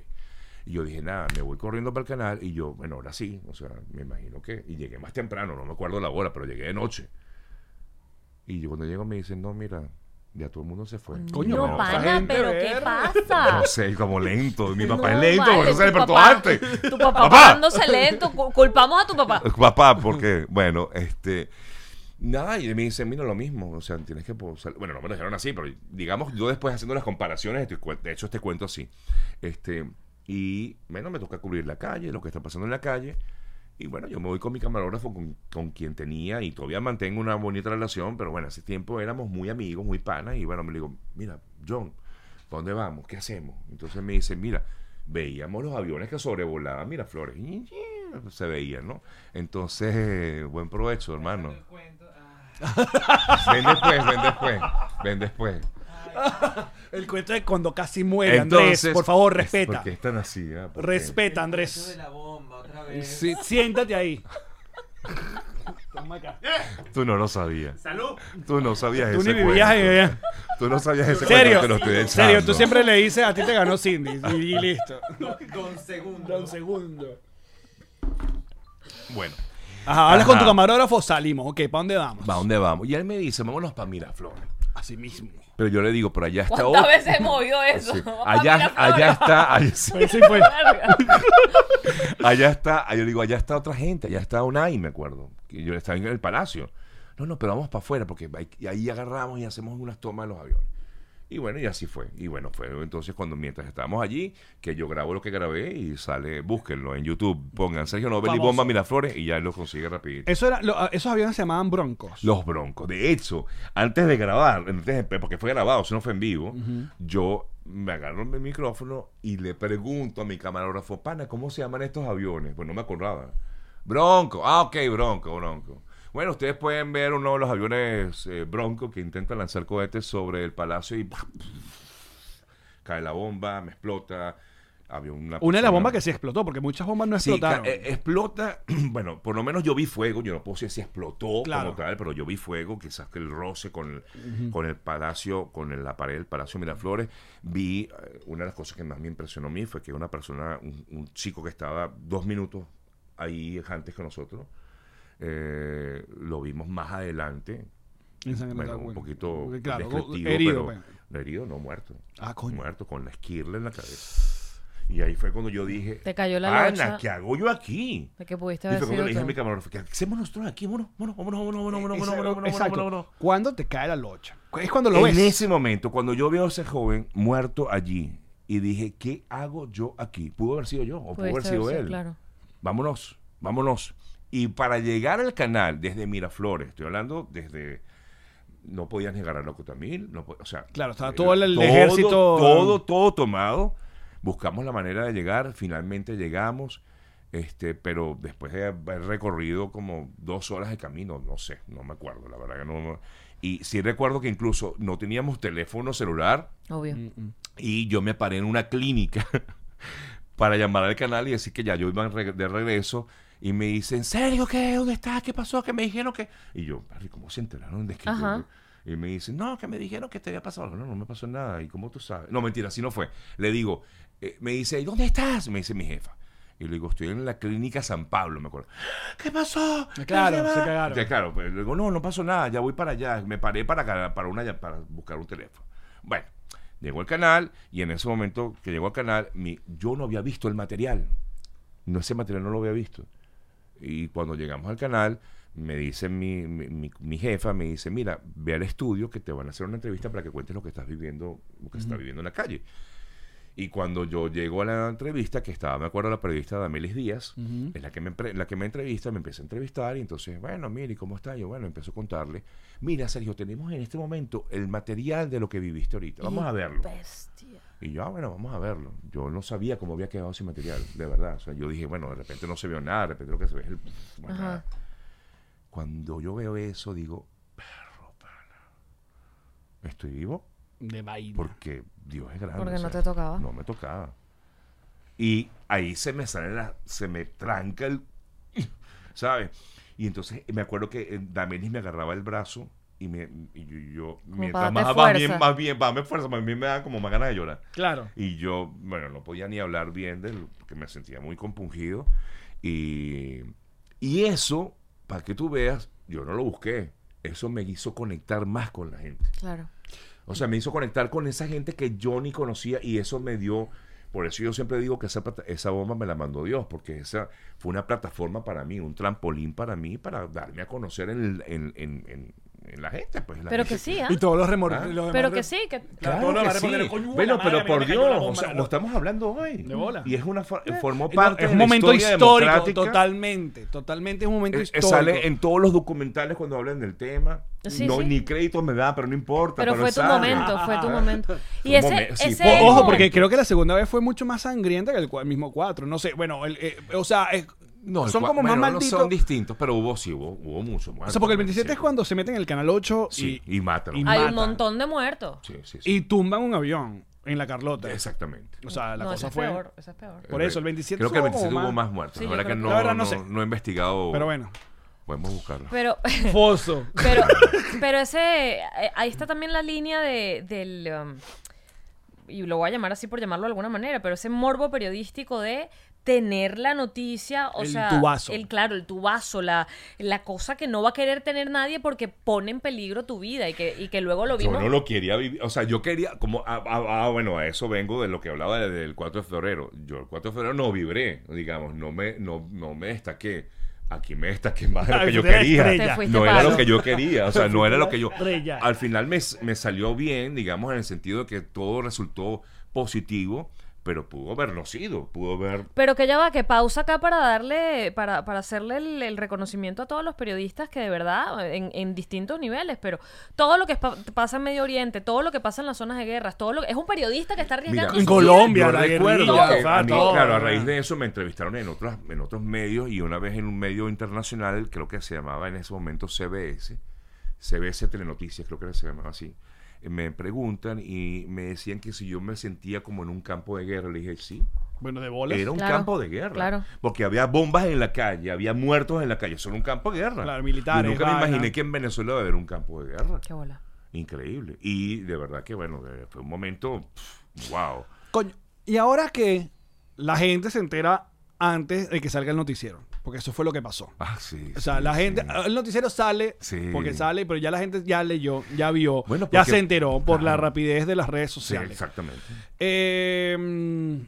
S1: Y yo dije, nada, me voy corriendo para el canal y yo, bueno, ahora sí, o sea, me imagino que... Y llegué más temprano, no me acuerdo la hora, pero llegué de noche. Y yo cuando llego me dicen, no, mira, ya todo el mundo se fue.
S2: Coño,
S3: Mm, no,
S2: pero esa
S3: pana,
S2: gente,
S3: pero ¿qué
S2: verga.
S3: pasa?
S1: No sé, como lento. Mi papá
S3: No,
S1: es lento,
S3: vale,
S1: por eso se
S3: tu
S1: despertó
S3: papá-
S1: antes.
S3: Tu papá, parándose lento, cu- culpamos a tu papá.
S1: Pues, Papá, porque, bueno, este. Nada, y me dicen, mira lo mismo. O sea, tienes que. pues, sal- bueno, no me lo dijeron así, pero digamos, yo después haciendo las comparaciones, estoy cuen- de hecho, este cuento así. Este. Y, bueno, me toca cubrir la calle, lo que está pasando en la calle. Y bueno, yo me voy con mi camarógrafo, con, con quien tenía, y todavía mantengo una bonita relación, pero bueno, hace tiempo éramos muy amigos, muy panas, y bueno, me digo, mira, John, ¿para dónde vamos? ¿Qué hacemos? Entonces me dicen, mira, veíamos los aviones que sobrevolaban, mira, Flores, se veían, ¿no? Entonces, eh, buen provecho, hermano.
S3: ah.
S1: Ven después, ven después, ven después.
S2: El cuento de cuando casi muere, Andrés. Por favor, respeta.
S1: ¿Por qué están así? ah? ¿Por qué?
S2: Respeta, Andrés. Sí, siéntate ahí. Toma acá.
S1: Tú no lo sabías. ¡Salud! Tú no sabías
S2: Tú
S1: ese
S2: ni vivías
S1: cuento.
S2: en
S1: Tú no sabías ese
S2: serio,
S1: cuento, te lo estoy
S2: en serio, tú
S1: echando.
S2: siempre le dices a ti te ganó Cindy y, y listo. Don segundo. Don segundo.
S1: Bueno.
S2: Ajá, hablas con tu
S1: Ajá.
S2: camarógrafo, salimos. Ok, ¿para dónde vamos?
S1: ¿Para dónde vamos? Y él me dice, vámonos para Miraflores.
S2: Así mismo.
S1: Pero yo le digo, pero allá está
S3: ¿Cuántas
S1: otro.
S3: veces he movido eso?
S1: Pues Sí.
S3: Vamos a
S1: Allá,
S3: Miraflores.
S1: allá está, allá, sí,
S2: Pues sí, fue.
S1: allá está, allá- yo digo, allá está otra gente, allá está Unai, me acuerdo. que yo estaba en el palacio. No, no, pero vamos para afuera, porque ahí, y ahí agarramos y hacemos unas tomas de los aviones. Y bueno, y así fue. Y bueno, fue entonces cuando mientras estábamos allí, que yo grabo lo que grabé y sale, búsquenlo en YouTube, pongan Sergio Nobel y
S2: Famoso.
S1: Bomba Miraflores y ya lo consigue rapidito.
S2: Eso era, lo- ah, esos aviones se llamaban Broncos.
S1: Los Broncos. De hecho, antes de grabar, antes de- porque fue grabado, si no fue en vivo, yo me agarro el micrófono y le pregunto a mi camarógrafo, pana, ¿cómo se llaman estos aviones? Pues no me acordaba. Bronco. Ah, ok, Bronco, Bronco. Bueno, ustedes pueden ver uno de los aviones eh, Bronco que intenta lanzar cohetes sobre el palacio y cae la bomba, me explota. Había una,
S2: Una de las
S1: persona-
S2: bombas que se explotó, porque muchas bombas no
S1: Ah, Sí, ca-
S2: explotaron.
S1: eh, explota, bueno, por lo menos yo vi fuego, yo no puedo decir si explotó
S2: Claro.
S1: como tal, pero yo vi fuego, quizás que el roce con el, con el palacio, con el- la pared del Palacio Miraflores, vi, eh, una de las cosas que más me impresionó a mí fue que una persona, un, un chico que estaba dos minutos ahí antes que nosotros, eh, lo vimos más adelante, bueno,
S2: Ensangrentado,
S1: un
S2: bueno.
S1: poquito
S2: Porque, claro,
S1: descriptivo,
S2: herido.
S1: pero
S2: pues.
S1: no herido, no muerto.
S2: Ah, coño.
S1: Muerto con la esquirla en la cabeza. Y ahí fue cuando yo dije,
S3: Te cayó la
S1: Ana,
S3: locha.
S1: ¿qué hago yo aquí?
S3: De que pudiste
S1: Y fue
S3: haber
S1: cuando
S3: sido
S1: le dije a mi
S3: tú.
S1: camarógrafo, ¿qué hacemos nosotros aquí? Vámonos, vámonos, vámonos, vámonos, vámonos,
S2: Esa-
S1: vámonos, vámonos,
S2: exacto.
S1: vámonos,
S2: ¿Cuándo te cae la locha? Es cuando lo
S1: vámonos.
S2: ves.
S1: En ese momento, cuando yo veo a ese joven muerto allí y dije, ¿qué hago yo aquí? Pudo haber sido yo o pudo haber
S3: Pudiste
S1: sido
S3: haber
S1: él.
S3: sido, claro.
S1: Vámonos, vámonos. Y para llegar al canal desde Miraflores, estoy hablando desde... No podías llegar a Locotamil, no po- o sea...
S2: Claro, estaba
S1: eh,
S2: todo el- el ejército- um,
S1: Todo, todo tomado. Buscamos la manera de llegar, finalmente llegamos, este, pero después de haber recorrido como dos horas de camino, no sé, no me acuerdo, la verdad que no... no- Y sí recuerdo que incluso no teníamos teléfono celular,
S3: Obvio.
S1: y yo me paré en una clínica para llamar al canal y decir que ya yo iba re- de regreso. Y me dicen, ¿serio qué? ¿Dónde estás? ¿Qué pasó? ¿Qué me dijeron que...? Y yo, "Padre, ¿cómo se enteraron de que yo-?"
S3: Ajá.
S1: Y me dicen, no, que me dijeron que te había pasado algo. No, no me pasó nada. ¿Y cómo tú sabes? No, mentira, así no fue. Le digo, eh, me dice, ¿y dónde estás? Me dice mi jefa. Y le digo, estoy en la clínica San Pablo, me acuerdo. ¿Qué pasó? ¿Qué
S2: Claro,
S1: va?"
S2: se cagaron.
S1: Entonces, claro, pues, le digo, no, no pasó nada, ya voy para allá. Me paré para, acá- para, una, llam- para buscar un teléfono. Bueno, llegó al canal y en ese momento que llegó al canal, mi, yo no había visto el material. No, ese material no lo había visto. Y cuando llegamos al canal, me dice mi, mi, mi- mi jefa, me dice, mira, ve al estudio que te van a hacer una entrevista para que cuentes lo que estás viviendo, lo que se está viviendo en la calle. Y cuando yo llego a la entrevista, que estaba, me acuerdo, la periodista Damelis Díaz, es la que, me, empre- la que me entrevista, me empieza a entrevistar y entonces, bueno, mire, ¿y ¿cómo está? Yo, bueno, empiezo a contarle, mira, Sergio, tenemos en este momento el material de lo que viviste ahorita, vamos a verlo. Y yo, ah, bueno, vamos a verlo. Yo no sabía cómo había quedado ese material, de verdad. O sea, yo dije, bueno, de repente no se vio nada, de repente lo que se ve es el... bueno, nada. Cuando yo veo eso, digo, perro, pana, ¿estoy vivo?
S2: De vaina.
S1: Porque Dios es grande.
S3: Porque
S1: o
S3: no
S1: sea,
S3: te tocaba.
S1: No me tocaba. Y ahí se me sale la, se me tranca el, ¿sabes? Y entonces me acuerdo que eh, Damenis me agarraba el brazo y, me, y yo, yo- mientras
S3: para
S1: más,
S3: darte
S1: más bien,
S3: fuerza.
S1: más bien, más me fuerza, más bien me da como más ganas de llorar.
S2: Claro.
S1: Y yo, bueno, no podía ni hablar bien de lo porque me sentía muy compungido. Y, y eso, para que tú veas, yo no lo busqué. Eso me hizo conectar más con la gente.
S3: Claro.
S1: O sea, me hizo conectar con esa gente que yo ni conocía y eso me dio... Por eso yo siempre digo que esa, plata- esa bomba me la mandó Dios, porque esa fue una plataforma para mí, un trampolín para mí, para darme a conocer en, el- en- en- en- en la gente. Pues, la
S3: Pero
S1: gente-
S3: que sí, ¿ah?
S2: Y todos los remor...
S1: Ah.
S2: los demás
S3: Pero
S2: re-
S3: que sí, que
S2: Claro,
S1: Claro
S2: todos los
S1: que
S2: demás
S1: sí.
S2: reporteros, "Coño,
S1: Bueno,
S2: la madre,
S1: pero
S2: mira,
S1: por
S2: me cayó la
S1: Dios,
S2: bomba".
S1: o sea, lo estamos hablando hoy.
S2: De bola.
S1: Y es una for- formó
S2: No,
S1: parte
S2: es
S1: de
S2: un
S1: la
S2: momento
S1: historia
S2: histórico,
S1: democrática.
S2: totalmente. Totalmente es un momento
S1: Eh, eh,
S2: histórico.
S1: sale en todos los documentales cuando hablan del tema.
S3: Sí,
S1: no,
S3: sí.
S1: Ni créditos me da, pero no importa.
S3: Pero fue tu
S1: sale. Ah,
S3: momento, fue tu momento.
S1: Fue
S3: Y
S1: un
S3: ese,
S1: momen- sí, fue-
S3: ese es
S2: O-
S3: el
S2: Ojo,
S3: momento.
S2: porque creo que la segunda vez fue mucho más sangrienta que el, cua- mismo 4. No sé, bueno, el- eh, o sea, es-
S1: No, el
S2: son
S1: cua-
S2: como
S1: bueno,
S2: más
S1: no
S2: malditos.
S1: son distintos, pero hubo sí, hubo, hubo mucho más.
S2: o sea, porque el 27 es cuando se meten en el canal 8
S1: Sí,
S2: y,
S1: y matan.
S2: y
S3: Hay
S2: matan.
S3: un montón de muertos.
S1: Sí, sí, sí.
S2: y tumban un avión en la Carlota.
S1: Exactamente.
S2: O sea, la
S3: no,
S2: cosa
S3: esa
S2: fue.
S3: es peor, esa es peor.
S2: Por eso, el 27
S1: Creo que el
S2: hubo como
S1: 27 hubo
S2: más-
S1: más muertos.
S3: Sí,
S1: la
S3: yo
S1: verdad que
S3: creo que-
S1: no,
S2: la verdad no
S1: no-
S2: sé.
S1: no he investigado.
S2: Pero bueno.
S1: Podemos buscarlo.
S3: Pero,
S2: Foso.
S3: pero, pero ese, eh, ahí está también la línea de, del, um, y lo voy a llamar así por llamarlo de alguna manera, pero ese morbo periodístico de tener la noticia, o
S2: El
S3: sea,
S2: tubazo.
S3: el claro, el tubazo, la, la cosa que no va a querer tener nadie porque pone en peligro tu vida y que, y que luego lo
S1: Yo
S3: vimos.
S1: no lo quería vivir. O sea, yo quería, como, ah, ah, ah, bueno, a eso vengo de lo que hablaba de- del 4 de febrero. Yo el 4 de febrero no vibré, digamos, no me, no, no me destaqué. Aquí me destaqué más de lo
S2: Ah,
S1: que yo
S2: te
S1: quería.
S2: estrella.
S3: Te fuiste
S1: No era
S3: para-
S1: lo que yo quería, o sea, no era lo que yo...
S2: Estrella.
S1: Al final me, s- me salió bien, digamos, en el sentido de que todo resultó positivo, pero pudo haberlo sido, pudo haber...
S3: Pero que ya va, que pausa acá para darle, para, para hacerle el, el reconocimiento a todos los periodistas que de verdad, en, en distintos niveles, pero todo lo que pa- pasa en Medio Oriente, todo lo que pasa en las zonas de guerras, todo lo que, es un periodista que está arriesgando
S2: en
S3: su
S2: Colombia.
S1: yo
S2: la
S1: recuerdo
S2: guerrilla,
S1: que
S2: todo,
S1: a mí,
S2: todo.
S1: claro, a raíz de eso me entrevistaron en otros, en otros medios y una vez en un medio internacional, creo que se llamaba en ese momento CBS, CBS Telenoticias, creo que se llamaba así. eh, Me preguntan y me decían que si yo me sentía como en un campo de guerra. Le dije, sí,
S2: Bueno, de bolas.
S1: era un
S3: Claro,
S1: campo de guerra.
S3: claro.
S1: Porque había bombas en la calle, había muertos en la calle. Eso era un campo de guerra.
S2: Claro, militares,
S1: Yo nunca me
S2: vaina.
S1: imaginé que en Venezuela iba a haber un campo de guerra.
S3: Qué bola.
S1: Increíble. Y de verdad que, bueno, eh, fue un momento, pf, wow.
S2: Coño, y ahora que la gente se entera antes de que salga el noticiero, porque eso fue lo que pasó.
S1: Ah, sí.
S2: O sea,
S1: sí,
S2: la gente,
S1: sí.
S2: el noticiero sale
S1: Sí.
S2: porque sale, pero ya la gente ya leyó, ya vio,
S1: Bueno,
S2: ya
S1: porque-
S2: se enteró por la
S1: Claro.
S2: rapidez de las redes
S1: Sí,
S2: sociales.
S1: exactamente.
S2: Eh,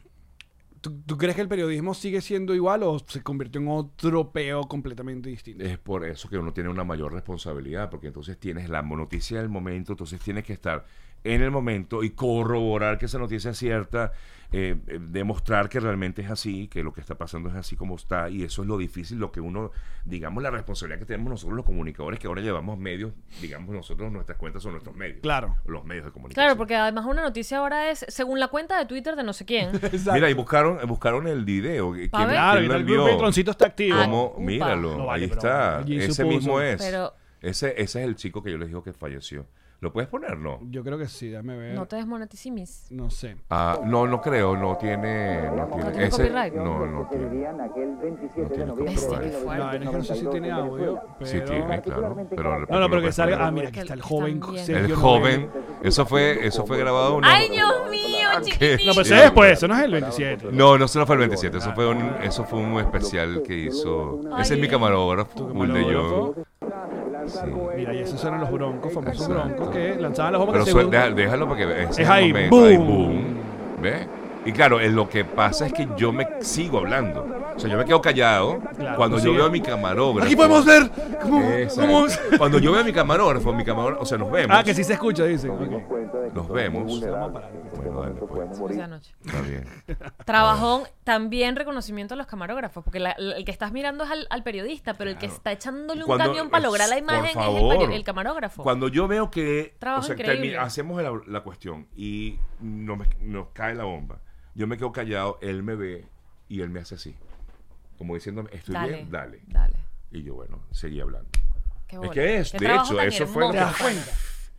S2: ¿tú, tú crees que el periodismo sigue siendo igual o se convirtió en otro peo completamente distinto?
S1: Es por eso que uno tiene una mayor responsabilidad, porque entonces tienes la noticia del momento, entonces tienes que estar en el momento y corroborar que esa noticia es cierta, eh, eh, demostrar que realmente es así, que lo que está pasando es así como está, y eso es lo difícil, lo que uno, digamos, la responsabilidad que tenemos nosotros los comunicadores, que ahora llevamos medios, digamos, nosotros nuestras cuentas son nuestros medios.
S2: Claro.
S1: Los medios de comunicación.
S3: Claro, porque además una noticia ahora es, según la cuenta de Twitter de no sé quién,
S1: Mira, y buscaron, buscaron el video. que-
S3: Pa'
S1: ¿quién-
S3: ver.
S2: Claro,
S1: quién
S2: y
S1: lo
S2: el grupo
S1: envió?
S2: Patroncito está activo.
S1: Como,
S3: Ah, upa.
S1: míralo,
S2: No vale,
S1: ahí
S2: pero
S1: está.
S2: allí
S1: Ese
S2: supuso.
S1: mismo es.
S3: Pero-
S1: Ese, ese es el chico que yo les digo que falleció. ¿Lo puedes poner? No.
S2: Yo creo que sí, déjame ver.
S3: no te desmoneticimis.
S2: No sé.
S1: Ah, no, no creo. No tiene. No tiene,
S3: tiene
S1: ese-
S3: copyright?
S1: No, no tiene. No tiene
S3: Bestia, qué
S1: copyright.
S3: fuerte.
S2: No, es que no sé si tiene audio, pero...
S1: Sí, tiene, claro. Pero de repente
S2: No, no,
S1: lo
S2: pero que
S1: puedes
S2: salga...
S1: poner.
S2: Ah, mira, aquí está el joven
S3: También.
S2: Sergio
S1: El
S2: Noel.
S1: joven. Eso fue, eso fue grabado. una-
S3: ¡Ay, Dios mío,
S2: No,
S3: chiquitito!
S2: pero ese es después, eso no es el 27.
S1: No, no, eso no fue el 27. Eso fue un, eso fue un especial que hizo. Ese es mi camarógrafo,
S2: Como
S1: el de yo.
S2: loco.
S1: Sí.
S2: Mira, y esos eran los broncos, famosos
S1: Exacto.
S2: broncos que lanzaban las bombas
S1: Pero
S2: que
S1: suel-
S2: según-
S1: deja- déjalo porque eh, ese
S2: Es ahí,
S1: el
S2: boom.
S1: boom. ¿Ve? Y claro, eh, lo que pasa es que yo me sigo hablando. O sea, yo me quedo callado cuando yo veo a mi camarógrafo.
S2: Aquí podemos ver cómo...
S1: Exacto.
S2: cómo-
S1: Cuando yo veo a mi camarógrafo, mi camarógrafo, o sea, nos vemos.
S2: Ah, que sí se escucha, dice. Ok.
S1: Nos vemos. Bueno, dale, pues.
S3: Esa noche.
S1: Está bien.
S3: Trabajón, también reconocimiento a los camarógrafos, porque la- la- el que estás mirando es al, al periodista, pero el que está echándole un
S1: Cuando-
S3: camión para lograr la
S1: es-
S3: imagen
S1: por
S3: es el,
S1: favor.
S3: peri- el camarógrafo.
S1: Cuando yo veo que
S3: Trabajo increíble.
S1: termi- hacemos la, la cuestión y nos, nos cae la bomba, yo me quedo callado, él me ve y él me hace así. Como diciéndome, estoy bien, dale.
S3: Dale.
S1: Y yo, bueno, seguí hablando.
S3: Qué
S1: Es
S3: bola.
S1: que es,
S3: Qué
S1: de
S3: trabajo
S1: hecho,
S3: tan
S1: eso fue lo
S3: hermoso,
S1: que-
S3: Juanca.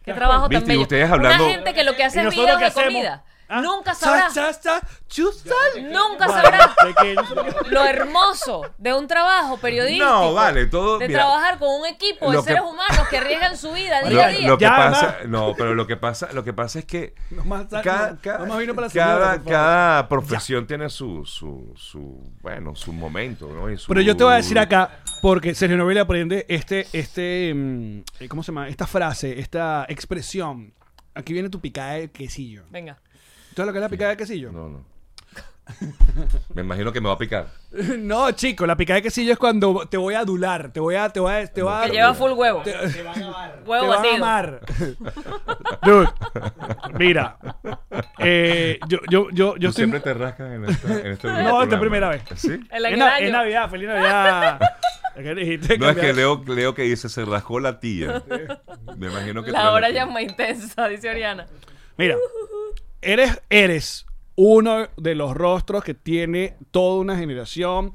S3: Qué trabajo tan
S1: ¿Viste? Y
S3: bello.
S1: ustedes hablando-
S3: Una gente que lo que hace
S7: ¿Y
S3: es
S7: nosotros
S3: videos
S7: qué
S3: de
S7: hacemos?
S3: comida.
S2: Ah,
S3: Nunca
S2: Sa,
S3: sabrá.
S2: sa, sa, chu, sal.
S3: Nunca
S7: Vale,
S3: sabrá
S7: pequeño, solo que-
S3: lo hermoso de un trabajo periodístico.
S1: No, vale, todo-
S3: De
S1: mira,
S3: trabajar con un equipo de
S1: lo que-
S3: seres humanos que arriesgan su vida día
S1: Lo,
S3: a día.
S1: lo que
S2: Ya,
S1: pasa, no, pero lo que pasa, lo que pasa es que
S2: No más sal,
S1: cada,
S2: no,
S1: cada-
S2: no más vino para la
S1: cada-
S2: señora, por favor.
S1: cada profesión tiene su, su, su, bueno, su momento, ¿no? Y su-
S2: Pero yo te voy a decir acá, porque Sergio Novelli aprende este, este, mm, eh, ¿cómo se llama? Esta frase, esta expresión. Aquí viene tu picada de quesillo.
S3: Venga.
S2: ¿Tú sabes lo que es la picada de quesillo?
S1: No, no. Me imagino que me va a picar.
S2: No, chico, la picada de quesillo es cuando te voy a adular, te voy a, te voy a, te voy a,
S3: Que lleva full huevo.
S2: te
S3: Huevo
S2: van a
S3: batido.
S2: amar. Dude, mira, eh, yo, yo, yo, yo
S1: Tú
S2: estoy-
S1: siempre te rascan en esta, en este
S2: No, esta
S1: programa.
S2: primera vez.
S1: ¿Sí?
S3: El
S2: Es na-
S3: año.
S2: es Navidad, feliz Navidad. ¿Qué dijiste?
S1: No es que
S2: Cambiar.
S1: leo, leo que dice se rascó la tía. Me imagino que.
S3: La hora ya es más intensa, dice Oriana.
S2: Mira, eres, eres uno de los rostros que tiene toda una generación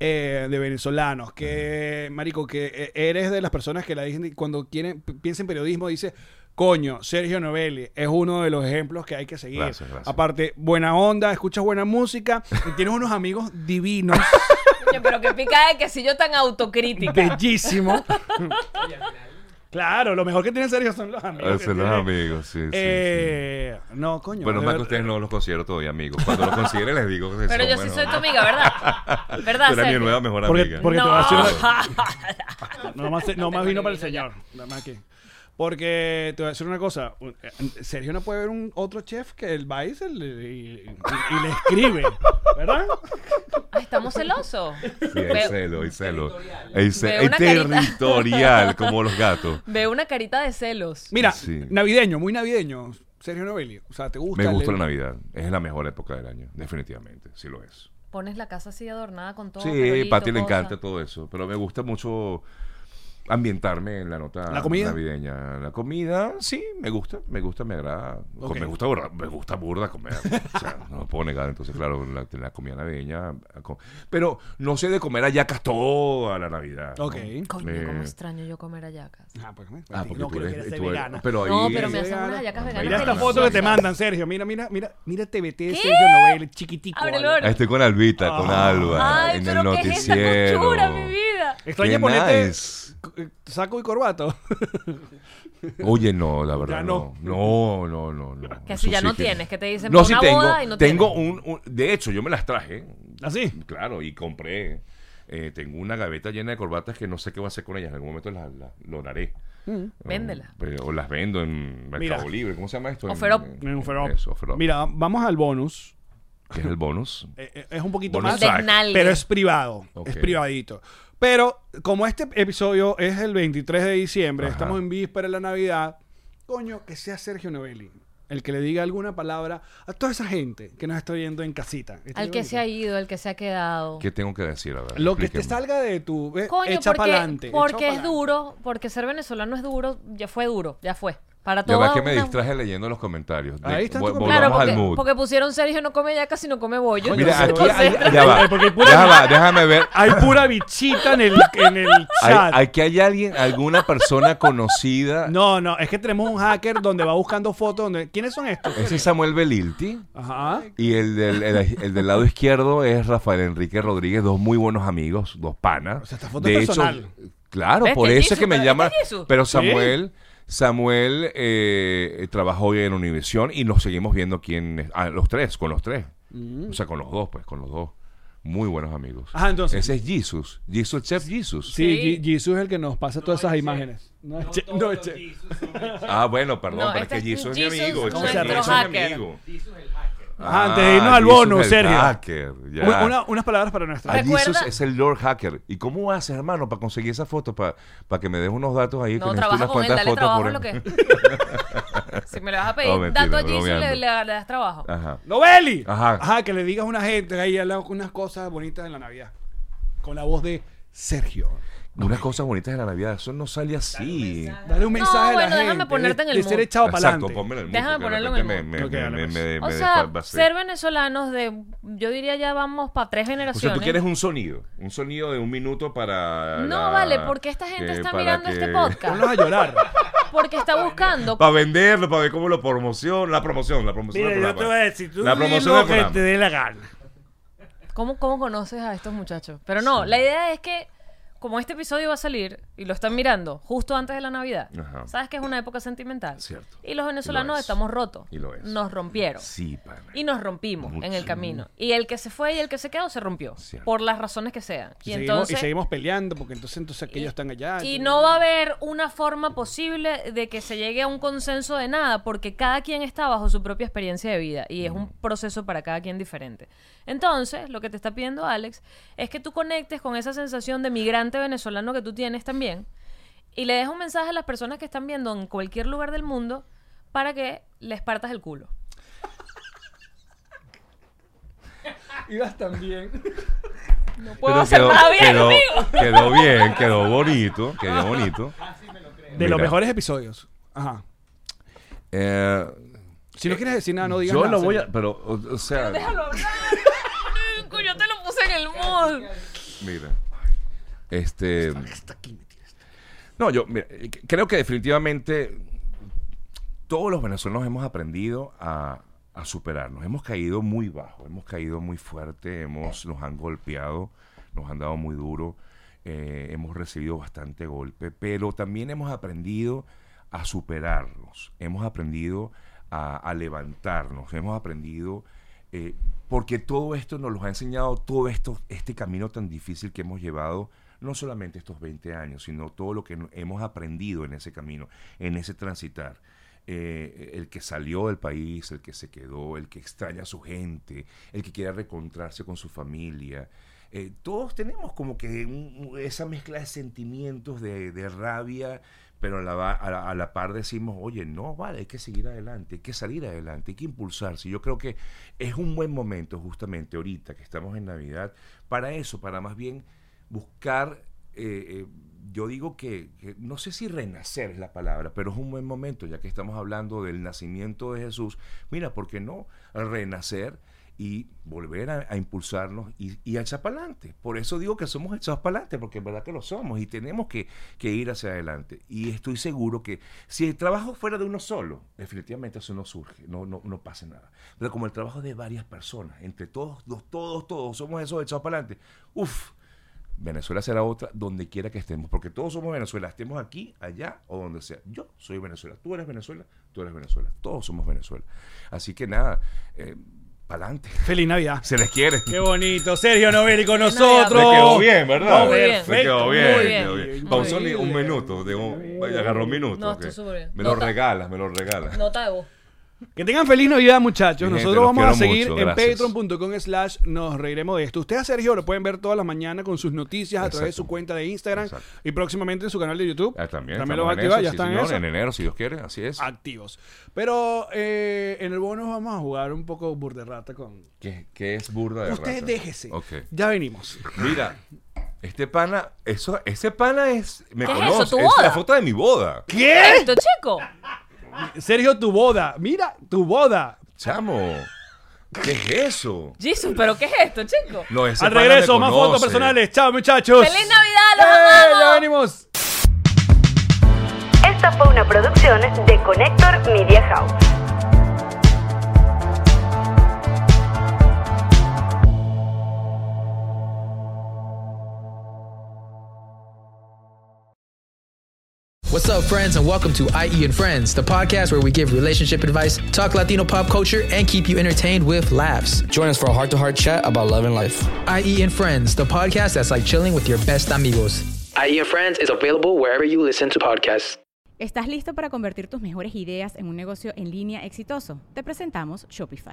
S2: eh, de venezolanos. Que, marico, que eh, eres de las personas que la dicen cuando quieren, pi- piensa en periodismo, dice. Coño, Sergio Novelli es uno de los ejemplos que hay que seguir.
S1: Gracias, gracias.
S2: Aparte, buena onda, escuchas buena música y tienes unos amigos divinos,
S3: Oye, pero que pica de que si yo tan autocrítica.
S2: bellísimos. claro, lo mejor que tiene Sergio son los amigos. que
S1: Ah, Son los
S2: tiene.
S1: amigos, sí, sí, sí.
S2: Eh, No, coño.
S1: Bueno,
S2: de
S1: más que
S2: verdad-
S1: ustedes no los considero todavía amigos. Cuando los considere les digo que
S3: Pero
S1: son
S3: yo sí
S1: buenos
S3: soy tu
S1: amigos.
S3: amiga, ¿verdad? ¿Verdad,
S1: Tú eres mi
S3: Sergio?
S1: nueva mejor
S2: Porque-
S1: amiga.
S2: porque- te voy a hacer
S3: No.
S2: No más, no más vino para el señor. Nada más aquí. Porque te voy a decir una cosa. un- eh, Sergio no puede ver un otro chef que el va y, se le- y- y- y le escribe. ¿Verdad?
S3: Ay, estamos celosos.
S1: Sí, hay
S3: Ve-
S1: celo, hay celo. E Hay ce-
S3: Veo
S1: hay
S3: una carita.
S1: territorial, como los gatos.
S3: Veo una carita de celos.
S2: Mira,
S1: Sí.
S2: navideño, muy navideño. Sergio Novelli. O sea, te gusta.
S1: Me gusta
S2: Le-
S1: la Navidad. Es la mejor época del año, definitivamente. Sí lo es.
S3: Pones la casa así adornada con todo.
S1: Sí,
S3: farolito,
S1: Pati le
S3: cosa.
S1: encanta todo eso, pero me gusta mucho ambientarme en la nota
S2: ¿La comida?
S1: navideña. La comida, sí, me gusta, me gusta, me agrada. Co-
S2: Ok.
S1: Me gusta burda, me gusta burda comer. O sea, no lo puedo negar, entonces claro, la, la comida navideña. co- Pero no sé de comer ayacas toda la Navidad. ¿no?
S2: Ok.
S3: Coño,
S1: Eh,
S3: cómo extraño yo comer ayacas.
S2: Ah, pues,
S1: Ah, porque
S2: no
S1: tú
S2: creo que
S1: eres-
S2: eres
S1: tú eres-
S2: vegana.
S1: pero ahí,
S3: No, pero
S2: hace-
S3: me hacen
S2: vegana.
S3: unas ayacas veganas.
S2: Mira esta
S3: deliciosas.
S2: foto que te mandan, Sergio. Mira, mira, mira, mira TVT de Sergio Novelli, chiquitico.
S3: Ábrelo,
S2: ¿vale?
S3: ábrelo.
S1: Ah, Estoy con Albita, con
S2: Ah.
S1: Alba,
S3: Ay,
S1: en el
S3: pero qué es esta
S1: noticiero.
S3: cultura, mi vida.
S2: Extraña
S1: Qué
S2: ponerte
S1: nice.
S2: c- saco y corbato.
S1: Oye, no, la verdad.
S2: Ya no.
S1: no. no, no, no, no.
S3: Que
S1: Eso
S3: si ya
S1: sí
S3: no tienes, que te dicen
S1: No,
S3: por
S1: sí
S3: una
S1: tengo.
S3: boda y no
S1: tengo
S3: tienes.
S1: un, un- De hecho, yo me las traje.
S2: ¿Así?
S1: Claro, y compré. eh, tengo una gaveta llena de corbatas que no sé qué voy a hacer con ellas. En algún momento las, las- lo daré.
S3: Véndelas.
S1: O, pero- o las vendo en Mercado
S2: Mm. Mira.
S1: Libre. ¿Cómo se llama esto? En-
S3: Oferop.
S1: en-
S2: En un ferop.
S1: Eso, Oferop.
S2: Mira, vamos al bonus.
S1: Que es el bonus.
S2: Eh, eh, es un poquito
S1: Bonus
S2: más.
S1: track.
S3: Desnalgue.
S2: Pero es privado,
S1: Ok.
S2: es privadito. Pero como este episodio es el 23 de diciembre,
S1: Ajá.
S2: estamos en víspera de la Navidad, coño, que sea Sergio Novelli el que le diga alguna palabra a toda esa gente que nos está viendo en casita. Está
S3: Al que
S2: bonito.
S3: se ha ido, al que se ha quedado.
S1: ¿Qué tengo que decir? A ver,
S2: Lo que te
S1: explíquenme.
S2: salga de tu... ve,
S3: Coño,
S2: echa
S3: porque,
S2: pa'lante, echa
S3: porque es
S2: pa'lante.
S3: duro, porque ser venezolano es duro, ya fue duro, ya fue. Para
S1: Ya
S3: todos.
S1: va que me distraje leyendo los comentarios. De-
S2: Ahí está tu
S1: vol-
S2: comentario.
S3: Claro,
S1: volvamos
S3: porque,
S1: al mood.
S3: porque pusieron Sergio no come ya casi no come bollo.
S1: Mira, aquí
S3: Entonces,
S1: hay- ya va.
S2: Porque pura-
S1: Ya va, déjame ver.
S2: Hay pura bichita en el, en el
S1: Hay-
S2: chat.
S1: aquí hay alguien, alguna persona conocida.
S2: No, no, es que tenemos un hacker donde va buscando fotos. Donde... ¿Quiénes son estos?
S1: Ese es Samuel Belilti.
S2: Ajá.
S1: Y el del, el- el del lado izquierdo es Rafael Enrique Rodríguez, dos muy buenos amigos, dos panas.
S2: O sea, esta foto es personal.
S1: claro,
S3: Vete,
S1: por eso es que
S3: Jesus,
S1: me
S3: pero
S1: llama.
S3: vete, Jesus.
S1: Pero Samuel, Samuel eh, eh, trabajó hoy en Univisión y nos seguimos viendo quién es. Ah, los tres, con los tres.
S2: Mm.
S1: O sea, con los dos, pues, con los dos. Muy buenos amigos.
S2: Ajá, Ah, entonces.
S1: Ese es Jesus. Jesus, Chef Jesus.
S2: Sí, Ji- Jesus es el que nos pasa todas esas imágenes. No, es che- no es che-
S1: Ah, bueno, perdón,
S3: No,
S1: pero es
S3: este
S1: que
S3: es
S1: Jesus es mi
S3: Jesus,
S1: amigo. el
S2: nuestro
S1: Chef Jesus es mi
S3: hacker.
S1: amigo.
S2: Antes
S1: Ah,
S2: de irnos al
S1: Jesus
S2: bono,
S1: el
S2: Sergio.
S1: hacker, Ah, ya.
S2: Una- una- unas palabras para
S1: Ah,
S2: nuestra.
S3: Recuerda-
S1: Jesus es el Lord Hacker. ¿Y cómo haces, hermano, para conseguir esa foto? Para que me des unos datos ahí. que
S3: No,
S1: necesito
S3: trabaja
S1: unas
S3: con él,
S1: cuantas
S3: dale
S1: fotos
S3: trabajo
S1: por em
S3: en lo
S1: ahí.
S3: que. si me le vas a
S1: No,
S3: pedir
S1: mentira,
S3: dato allí, si le,
S1: bromeando. Ah,
S3: le das trabajo.
S1: Ajá.
S2: ¡Noveli!
S1: Ajá.
S2: que le digas a una gente ahí al lado unas cosas bonitas de la Navidad. Con la voz de Sergio.
S1: Unas cosas bonitas de la Navidad. Eso no sale así.
S2: Dale un mensaje a la
S3: bueno,
S2: gente.
S3: déjame ponerte en
S2: de-
S3: el
S2: de ser
S3: mood.
S2: echado para
S1: Exacto,
S2: adelante.
S1: ponme en el mood,
S3: Déjame
S1: porque de
S3: ponerlo en
S1: repente
S3: el
S1: me-
S2: mood.
S1: me-
S2: Ok,
S1: me-
S2: dale,
S1: me-
S3: o
S1: me
S3: sea,
S1: desfalbacé.
S3: ser venezolanos de. Yo diría ya vamos para tres
S1: O
S3: generaciones.
S1: sea, tú quieres un sonido. Un sonido de un minuto para.
S3: No,
S1: la-
S3: vale, porque esta gente está
S1: para
S3: mirando este podcast.
S2: Ponlos a llorar.
S3: Porque está buscando.
S1: Para venderlo, para ver cómo lo promociona. La promoción, la promoción.
S7: Mira,
S1: del
S7: yo
S1: programa.
S7: te voy a decir, tú
S1: la
S7: di
S1: promoción
S7: lo
S1: del
S7: que
S1: programa.
S7: te dé la gana.
S3: ¿Cómo, ¿Cómo conoces a estos muchachos? Pero no, la idea es que, como este episodio va a salir y lo están mirando justo antes de la Navidad,
S1: Ajá.
S3: sabes que es una época sentimental.
S1: Cierto.
S3: Y los venezolanos
S1: es.
S3: estamos rotos.
S1: Y lo es.
S3: Nos rompieron.
S1: Sí, pana.
S3: Y nos rompimos en el
S1: Mucho.
S3: camino. Y el que se fue y el que se quedó se rompió.
S1: Cierto.
S3: Por las razones que sean.
S2: Y,
S3: Y,
S2: seguimos,
S3: entonces.
S2: y seguimos peleando porque entonces, entonces aquellos están allá.
S3: Y no va a haber una forma posible de que se llegue a un consenso de nada, porque cada quien está bajo su propia experiencia de vida y es un proceso para cada quien diferente. Entonces, lo que te está pidiendo Alex es que tú conectes con esa sensación de migrante venezolano que tú tienes también y le des un mensaje a las personas que están viendo en cualquier lugar del mundo para que les partas el culo.
S2: Ibas también.
S3: Puedo
S1: Pero
S3: hacer
S1: quedó,
S3: nada bien,
S1: quedó,
S3: amigo.
S1: quedó bien, quedó bonito, quedó bonito.
S2: De
S1: Mira,
S2: los mejores episodios. Ajá.
S1: eh,
S2: Si no quieres decir nada, no digas
S1: yo
S2: nada.
S1: lo voy
S2: Sergio.
S1: a. Pero, o, o sea.
S3: Nico, Yo te lo puse en el mood.
S1: Mira. Este. No, yo mira, eh, creo que definitivamente todos los venezolanos hemos aprendido a, a superarnos. Hemos caído muy bajo, hemos caído muy fuerte, hemos, nos han golpeado, nos han dado muy duro, eh, hemos recibido bastante golpe, pero también hemos aprendido a superarnos, hemos aprendido a, a levantarnos, hemos aprendido eh, porque todo esto nos lo ha enseñado, todo esto, este camino tan difícil que hemos llevado, no solamente estos 20 años, sino todo lo que no- hemos aprendido en ese camino, en ese transitar. Eh, el que salió del país, el que se quedó, el que extraña a su gente, el que quiere reencontrarse con su familia. Eh, todos tenemos como que un- un- esa mezcla de sentimientos, de, de rabia, pero a la, va- a la- a la par decimos, oye, no, vale, hay que seguir adelante, hay que salir adelante, hay que impulsarse. Yo creo que es un buen momento justamente ahorita que estamos en Navidad para eso, para más bien buscar, eh, eh, yo digo que, que no sé si renacer es la palabra, pero es un buen momento, ya que estamos hablando del nacimiento de Jesús. Mira, ¿por qué no renacer y volver a, a impulsarnos y, y a echar para adelante? Por eso digo que somos echados para adelante, porque en verdad que lo somos y tenemos que, que ir hacia adelante. Y estoy seguro que si el trabajo fuera de uno solo, definitivamente eso no surge, no, no, no pasa nada. Pero como el trabajo es de varias personas, entre todos, los- todos, todos, somos esos echados para adelante. Uf, Venezuela será otra donde quiera que estemos, porque todos somos Venezuela, estemos aquí, allá o donde sea. Yo soy Venezuela, tú eres Venezuela, tú eres Venezuela, todos somos Venezuela. Así que nada, eh, pa'lante,
S2: Feliz Navidad.
S1: se les quiere.
S7: Qué bonito. Sergio Novelli con
S1: Me
S7: nosotros.
S1: quedó bien, ¿verdad?
S3: Muy bien.
S1: Me quedó bien.
S3: Muy bien.
S1: quedó
S3: Muy
S1: Pausó
S3: bien.
S1: ni un minuto, de un- vaya, agarró un minuto.
S3: No, estoy
S1: ok.
S3: súper bien.
S1: Me
S3: No
S1: lo
S3: está-
S1: regalas, me lo regalas.
S3: Nota de voz.
S2: Que tengan feliz Navidad, muchachos.
S1: Mi gente,
S2: Nosotros
S1: los
S2: vamos a
S1: quiero
S2: seguir
S1: mucho,
S2: en
S1: gracias.
S2: patreon.com slash nos reiremos de esto. Ustedes a Sergio lo pueden ver todas las mañanas con sus noticias a través de su
S1: Exacto.
S2: cuenta de Instagram
S1: Exacto.
S2: y próximamente en su canal de YouTube.
S1: Ah, también
S2: lo
S1: estamos
S2: van a
S1: en
S2: activar,
S1: eso,
S2: ya
S1: sí,
S2: están en
S1: señor,
S2: eso. Ah.
S1: en enero, si Dios quiere, así es.
S2: Activos. Pero eh, en el bono vamos a jugar un poco burderrata con...
S1: ¿Qué, qué es burda de
S2: Ustedes
S1: raza?
S2: déjese.
S1: Ok.
S2: Ya venimos.
S1: Mira, este pana, eso, ese pana es, me
S3: ¿Qué es
S1: conoce,
S3: eso, tu
S1: es
S3: boda?
S1: la foto de mi boda.
S2: ¿Qué?
S3: Esto, chico.
S2: Sergio, tu boda. Mira, tu boda.
S1: Chamo, ¿qué es eso?
S3: Jesus, pero ¿qué es esto, chico?
S1: No, Pues ese
S2: Al
S1: pana me
S2: regreso, más
S1: conoce.
S2: fotos personales. Chao, muchachos.
S3: ¡Feliz Navidad! ¡Los
S2: ¡Eh!
S3: amamos!
S2: Ya venimos.
S8: Esta fue una producción de Connector Media House.
S9: What's up, friends, and welcome to IE and Friends, the podcast where we give relationship advice, talk Latino pop culture, and keep you entertained with laughs. Join us for a heart to heart chat about love and life. IE and Friends, the podcast that's like chilling with your best amigos. IE E and Friends is available wherever you listen to podcasts.
S10: ¿Estás listo para convertir tus mejores ideas en un negocio en línea exitoso? Te presentamos Shopify.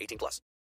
S11: 18 plus.